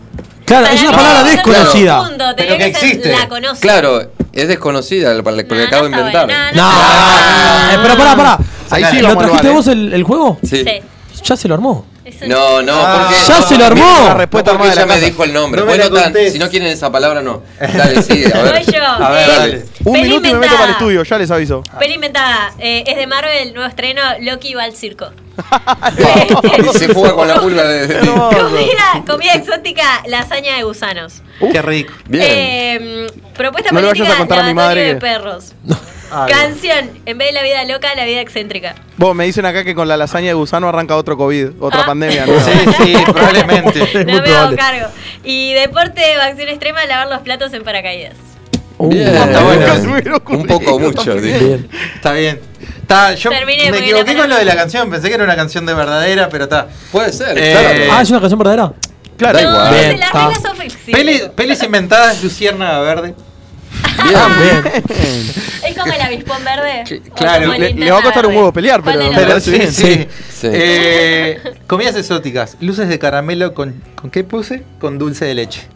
S7: Claro, es una
S3: Para
S7: palabra
S3: mí,
S6: claro.
S7: desconocida.
S3: Mundo,
S2: Pero
S3: tenía
S2: que
S3: ser
S2: existe.
S3: La conoce.
S6: Claro, es desconocida la- la que
S3: Nah,
S6: acabo de
S3: no está
S6: inventar.
S3: buena,
S7: No,
S3: Ah.
S7: eh, pero pará, pará.
S4: Ahí sí
S7: ¿Lo
S4: vamos al
S7: trajiste
S4: bar,
S7: vos el, el juego?
S6: Sí.
S3: Sí.
S7: Ya se lo armó.
S3: Es un-
S6: No, no,
S4: Ah,
S6: porque.
S7: ya se lo armó.
S4: La respuesta
S6: No, porque
S4: armada de
S6: ella
S4: la
S6: me
S4: casa.
S6: dijo el nombre.
S2: No me
S6: bueno,
S2: la
S6: tan-
S2: contés.
S6: si no quieren esa palabra, no. Dale, sigue, a ver.
S3: Voy yo.
S2: A ver,
S3: Eh,
S2: dale.
S4: Un
S3: peli
S4: minuto y me meto
S3: inventada.
S4: para el estudio, ya les aviso.
S3: Peli inventada. Eh, es de Marvel, nuevo estreno. Loki va al circo.
S6: Se fuga con la pulga de. de-
S4: No.
S3: comida, comida exótica, lasaña de gusanos.
S2: Qué rico.
S6: Bien.
S3: Eh, propuesta
S4: No le
S3: política,
S4: vayas a contar a mi
S3: lavatorio
S4: madre
S3: de
S4: que-
S3: perros.
S2: Ah, bien.
S3: Canción, en vez de la vida loca, la vida excéntrica.
S4: Vos me dicen acá que con la lasaña de gusano arranca otro COVID, otra
S3: Ah.
S4: pandemia. ¿no?
S2: Sí, sí, probablemente.
S3: No
S7: muy
S3: me hago
S7: probable.
S3: cargo. Y deporte o acción extrema, lavar los platos en paracaídas.
S6: Bien.
S2: Está bueno.
S4: Nunca se me hubiera
S6: Un poco
S4: ocurrido.
S6: mucho, digo.
S7: Bien.
S2: Está bien. Está, yo
S3: Terminé,
S2: me
S3: porque
S2: equivoqué
S3: la-
S2: con lo de la canción, pensé que era una canción de verdadera, pero está.
S6: Puede ser,
S2: Eh,
S6: claro.
S7: Ah, es una canción verdadera.
S6: Da
S3: no,
S6: igual.
S3: se-
S7: Bien,
S3: las
S7: está.
S3: reglas son flexibles.
S2: Pele- pelis inventadas, Luciérnaga Verde.
S3: Ah.
S6: Bien.
S3: Es como el avispón verde.
S2: Sí,
S3: o
S2: claro,
S3: como el
S4: le- le
S3: linterna
S4: va a costar un
S3: verde.
S4: huevo pelear,
S3: ¿Cuál
S4: pero-
S3: de los
S2: Pero
S3: dos?
S2: sí, sí.
S6: Sí.
S2: Eh, comidas exóticas, luces de caramelo con. ¿Con qué puse? Con dulce de leche.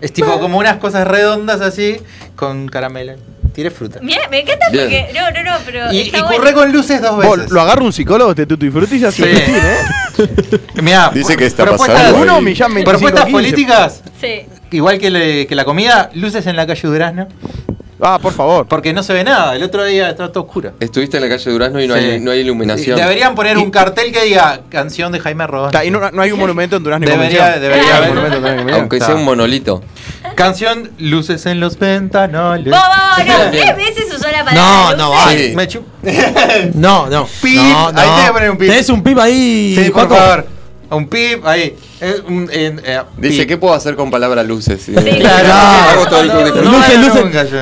S2: Es tipo como unas cosas redondas así con caramelo. Tiene fruta.
S3: Mirá, me encanta
S6: Bien.
S3: porque. No, no, no, pero.
S2: Y, y
S3: está
S2: curré
S3: bueno.
S2: con luces dos
S4: Vos,
S2: veces.
S4: lo agarra un psicólogo este tutti frutti y ya
S2: Sí.
S4: se Agustín, ¿eh?
S2: Mirá,
S12: Dice que está
S2: propuestas-
S12: pasando
S4: Uno
S12: Uno,
S4: me llama
S2: Propuestas políticas,
S3: Sí.
S2: igual que, le- que la comida, luces en la calle Durazno.
S4: Ah, por favor.
S2: Porque no se ve nada, el otro día estaba todo oscuro.
S6: Estuviste en la calle Durazno y no,
S2: Sí.
S6: hay, no hay iluminación.
S2: Deberían poner un cartel que diga canción de Jaime Rodón.
S4: Está, y no, no hay un monumento en Durán ni
S2: Debería,
S4: Convención.
S2: debería
S4: No hay
S2: haber.
S4: un monumento en Durán ni Convención.
S6: Aunque
S2: Está.
S6: sea un monolito.
S2: Canción Luces en los ventanales.
S3: Vos, vos, no,
S6: Bien.
S3: tres veces usó la palabra.
S7: No,
S3: luces.
S7: no, vale.
S6: Sí.
S2: Me chup-
S7: No, no.
S2: Pip,
S7: no, no.
S2: ahí tenés que poner un pip.
S7: Tenés un pip ahí.
S2: Sí, por
S7: Juaco?
S2: favor. Un pip, ahí. Eh, un- en- eh,
S6: Dice,
S2: pip.
S6: ¿qué puedo hacer con palabras luces? Eh,
S3: claro.
S6: Hago todo el tutti frutti.
S2: No,
S7: Luces,
S2: no,
S7: luces.
S2: nunca yo.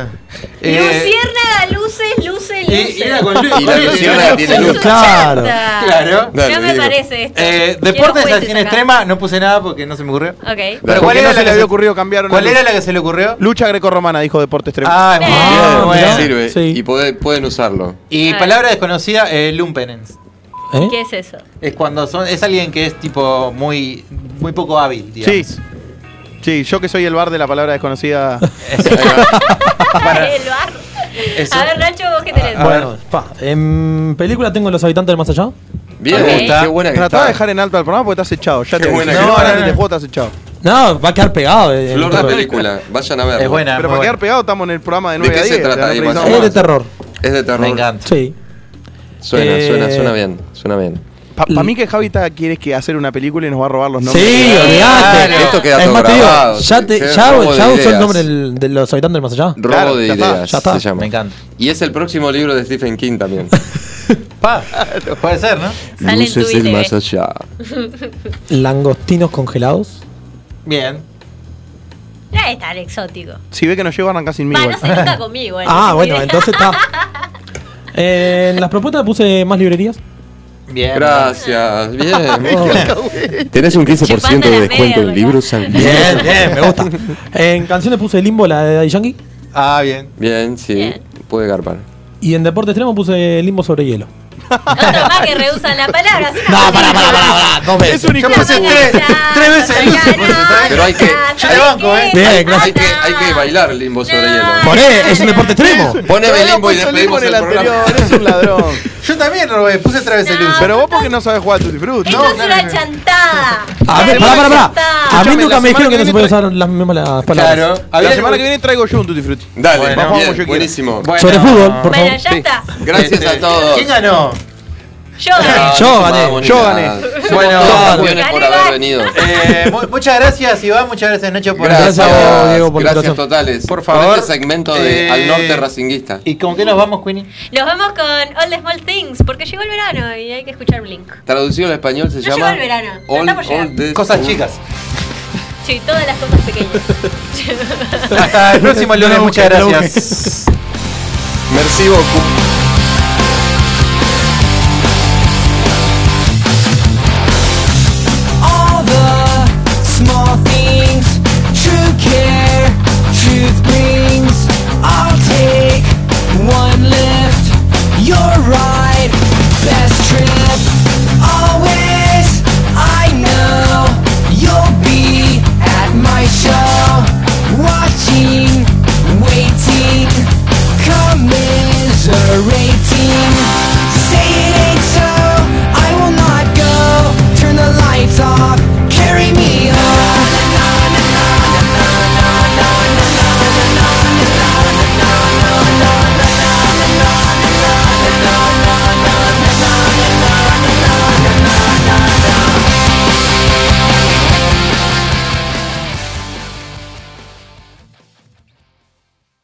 S2: Eh,
S3: Luciérnaga, luces, luces,
S2: y-
S3: luces.
S2: y era con lu-
S6: Y la
S2: con luces.
S6: luciérnaga tiene
S3: Sos
S6: luz.
S3: un
S7: Claro.
S3: chanta.
S2: Claro.
S6: Dale,
S3: no me
S6: Diego.
S3: parece esto.
S2: Eh,
S3: Quiero
S2: deportes
S3: jueces
S2: así en
S3: acá.
S2: extrema, no puse nada porque no se me ocurrió.
S3: Ok.
S6: Claro,
S2: Pero ¿cuál
S4: porque
S2: era
S4: no
S2: la
S4: se
S2: que
S4: le había ocurrido cambiar una
S2: ¿Cuál
S4: luz?
S2: era la que se le ocurrió?
S4: Lucha grecorromana, dijo deporte extremo.
S2: Ah,
S3: Eh.
S2: muy
S7: Ah,
S2: bien,
S7: mirá.
S2: bueno.
S6: Sirve.
S7: Sí.
S6: Y pode- pueden usarlo.
S2: Y
S3: Ah.
S2: palabra desconocida, eh, lumpenens.
S7: ¿Eh?
S3: ¿Qué es eso?
S2: Es cuando son, es alguien que es tipo muy, muy poco hábil, digamos.
S4: sí. Sí, yo que soy el bar de la palabra desconocida.
S3: El bar.
S2: Eso.
S3: A ver, Nacho, vos qué tenés.
S7: Bueno, pa, en película tengo Los Habitantes del Más Allá.
S6: Bien,
S3: Ok.
S6: qué buena que
S4: Tratá de
S6: está.
S4: dejar en alto al programa porque estás echado. Oh, Ya
S6: Qué
S4: te
S6: buena
S4: no,
S6: que
S4: no,
S6: está.
S4: no, te juego, estás echado.
S7: No, va a quedar pegado. eh,
S6: Flor
S7: en
S6: de
S7: todo.
S6: película, vayan a verlo.
S2: Es buena,
S4: Pero
S2: muy
S4: para quedar
S2: buena.
S4: pegado estamos en el programa de 9
S6: qué
S4: a
S6: se
S4: 10.
S6: trata
S4: la
S6: ahí,
S4: reprise-
S6: más o
S4: No,
S7: Es de
S6: menos?
S7: terror.
S6: Es de terror.
S2: Me encanta.
S7: Sí.
S6: Suena,
S7: Eh,
S6: suena, suena bien, suena bien.
S4: Para mí que Javi está- quiere que hacer una película y nos va a robar los nombres.
S7: Sí,
S3: Claro.
S7: olvidate.
S6: Esto queda todo
S7: te digo,
S6: grabado,
S7: ya,
S6: sí,
S7: te,
S6: sí,
S7: ya,
S6: robo
S7: ya
S6: de
S7: usó el
S6: ideas.
S7: nombre del- de Los Habitantes del Más Allá.
S6: Robo
S4: Claro,
S6: de
S4: ya está,
S6: ideas,
S7: ya está.
S6: se llama.
S2: Me encanta.
S6: Y es el próximo libro de Stephen King también.
S2: Pa, puede ser, ¿no?
S3: Sale en eh. tu
S6: Luces del
S3: video.
S6: más allá.
S7: Langostinos congelados.
S2: Bien.
S3: No es tan exótico.
S4: Si ve que nos lleva, arranca sin mí.
S3: Va,
S4: igual.
S3: no se nota conmigo. eh,
S7: ah,
S3: no
S7: bueno,
S3: tiene-
S7: entonces está. Eh, en las propuestas puse más librerías.
S2: Bien.
S6: Gracias, bien.
S7: Oh.
S12: Tenés un
S3: 15% de descuento en libros,
S7: Bien,
S4: Eh,
S7: bien, me gusta. En canciones puse Limbo, la de Daddy Yankee.
S2: Ah, bien.
S6: Bien, sí,
S3: Bien.
S6: puede garpar.
S7: Y en deporte extremo puse Limbo sobre hielo.
S3: Otro más que rehusan la palabra. así
S7: No,
S3: como-
S7: pará, pará, pará,
S4: Ah,
S7: pará. Dos veces.
S2: Es un
S3: Ya,
S2: incluso
S3: ya,
S2: tres,
S3: ya,
S2: tres veces
S3: ya,
S2: el luce,
S3: ya,
S2: porque
S3: no,
S2: está-
S6: Pero hay que-
S3: ya,
S2: ya le
S3: ¿sabes
S2: banco,
S3: qué?
S2: eh.
S7: Bien,
S3: Ya
S7: gracias.
S6: Hay que,
S3: está.
S6: hay que bailar limbo sobre hielo.
S7: Poné, es un deporte extremo.
S6: Poneme
S4: Pero
S6: limbo y
S4: puso limbo
S6: despedimos
S4: en
S6: el
S4: el
S6: programa.
S4: anterior, es un ladrón.
S2: Yo también robé, puse otra vez el
S3: No.
S2: luce.
S4: Pero vos porque no sabés jugar al Tutti Frutti.
S3: Esto es una chantada.
S7: A ver,
S3: Es
S7: pará,
S3: una
S7: pará, pará.
S3: chantada.
S7: A mí
S4: Escuchame,
S7: nunca
S4: la
S7: me dijeron
S4: semana
S7: que no
S4: que
S7: se puede
S4: viene
S7: usar las mismas las palabras.
S2: Claro.
S4: La
S2: Había
S4: semana
S2: algo-
S4: que viene traigo yo un Tutti Frutti.
S6: Dale,
S2: Bueno,
S6: bien,
S4: vamos, yo quiero.
S6: buenísimo.
S2: Bueno.
S7: Sobre fútbol, por
S3: Bueno,
S7: favor.
S3: ya está.
S6: Gracias
S2: Este,
S6: a todos.
S2: ¿Quién ganó?
S3: Yo
S6: Ah,
S3: gané.
S7: Yo gané,
S4: yo
S2: Bueno,
S6: Bueno,
S2: gané.
S6: por haber venido.
S2: Eh, mu- muchas gracias, Iván. Muchas gracias, Nacho, por
S6: Gracias,
S7: Gracias a vos, Diego, por la
S6: gracias
S7: invitación.
S6: totales.
S2: Por favor.
S6: este segmento de
S2: Eh,
S6: Al Norte Racinguista.
S2: ¿Y con qué nos vamos, Queenie?
S3: Nos vamos con All the Small Things, porque llegó el verano y hay que escuchar Blink.
S6: Traducido al español se
S3: No llegó
S6: llama.
S3: el verano, pero
S6: All-
S3: estamos
S6: All
S3: llegando.
S6: This-
S2: Cosas chicas.
S3: Sí, todas las cosas pequeñas.
S2: Hasta el próximo lunes. Muchas gracias.
S6: Merci beaucoup.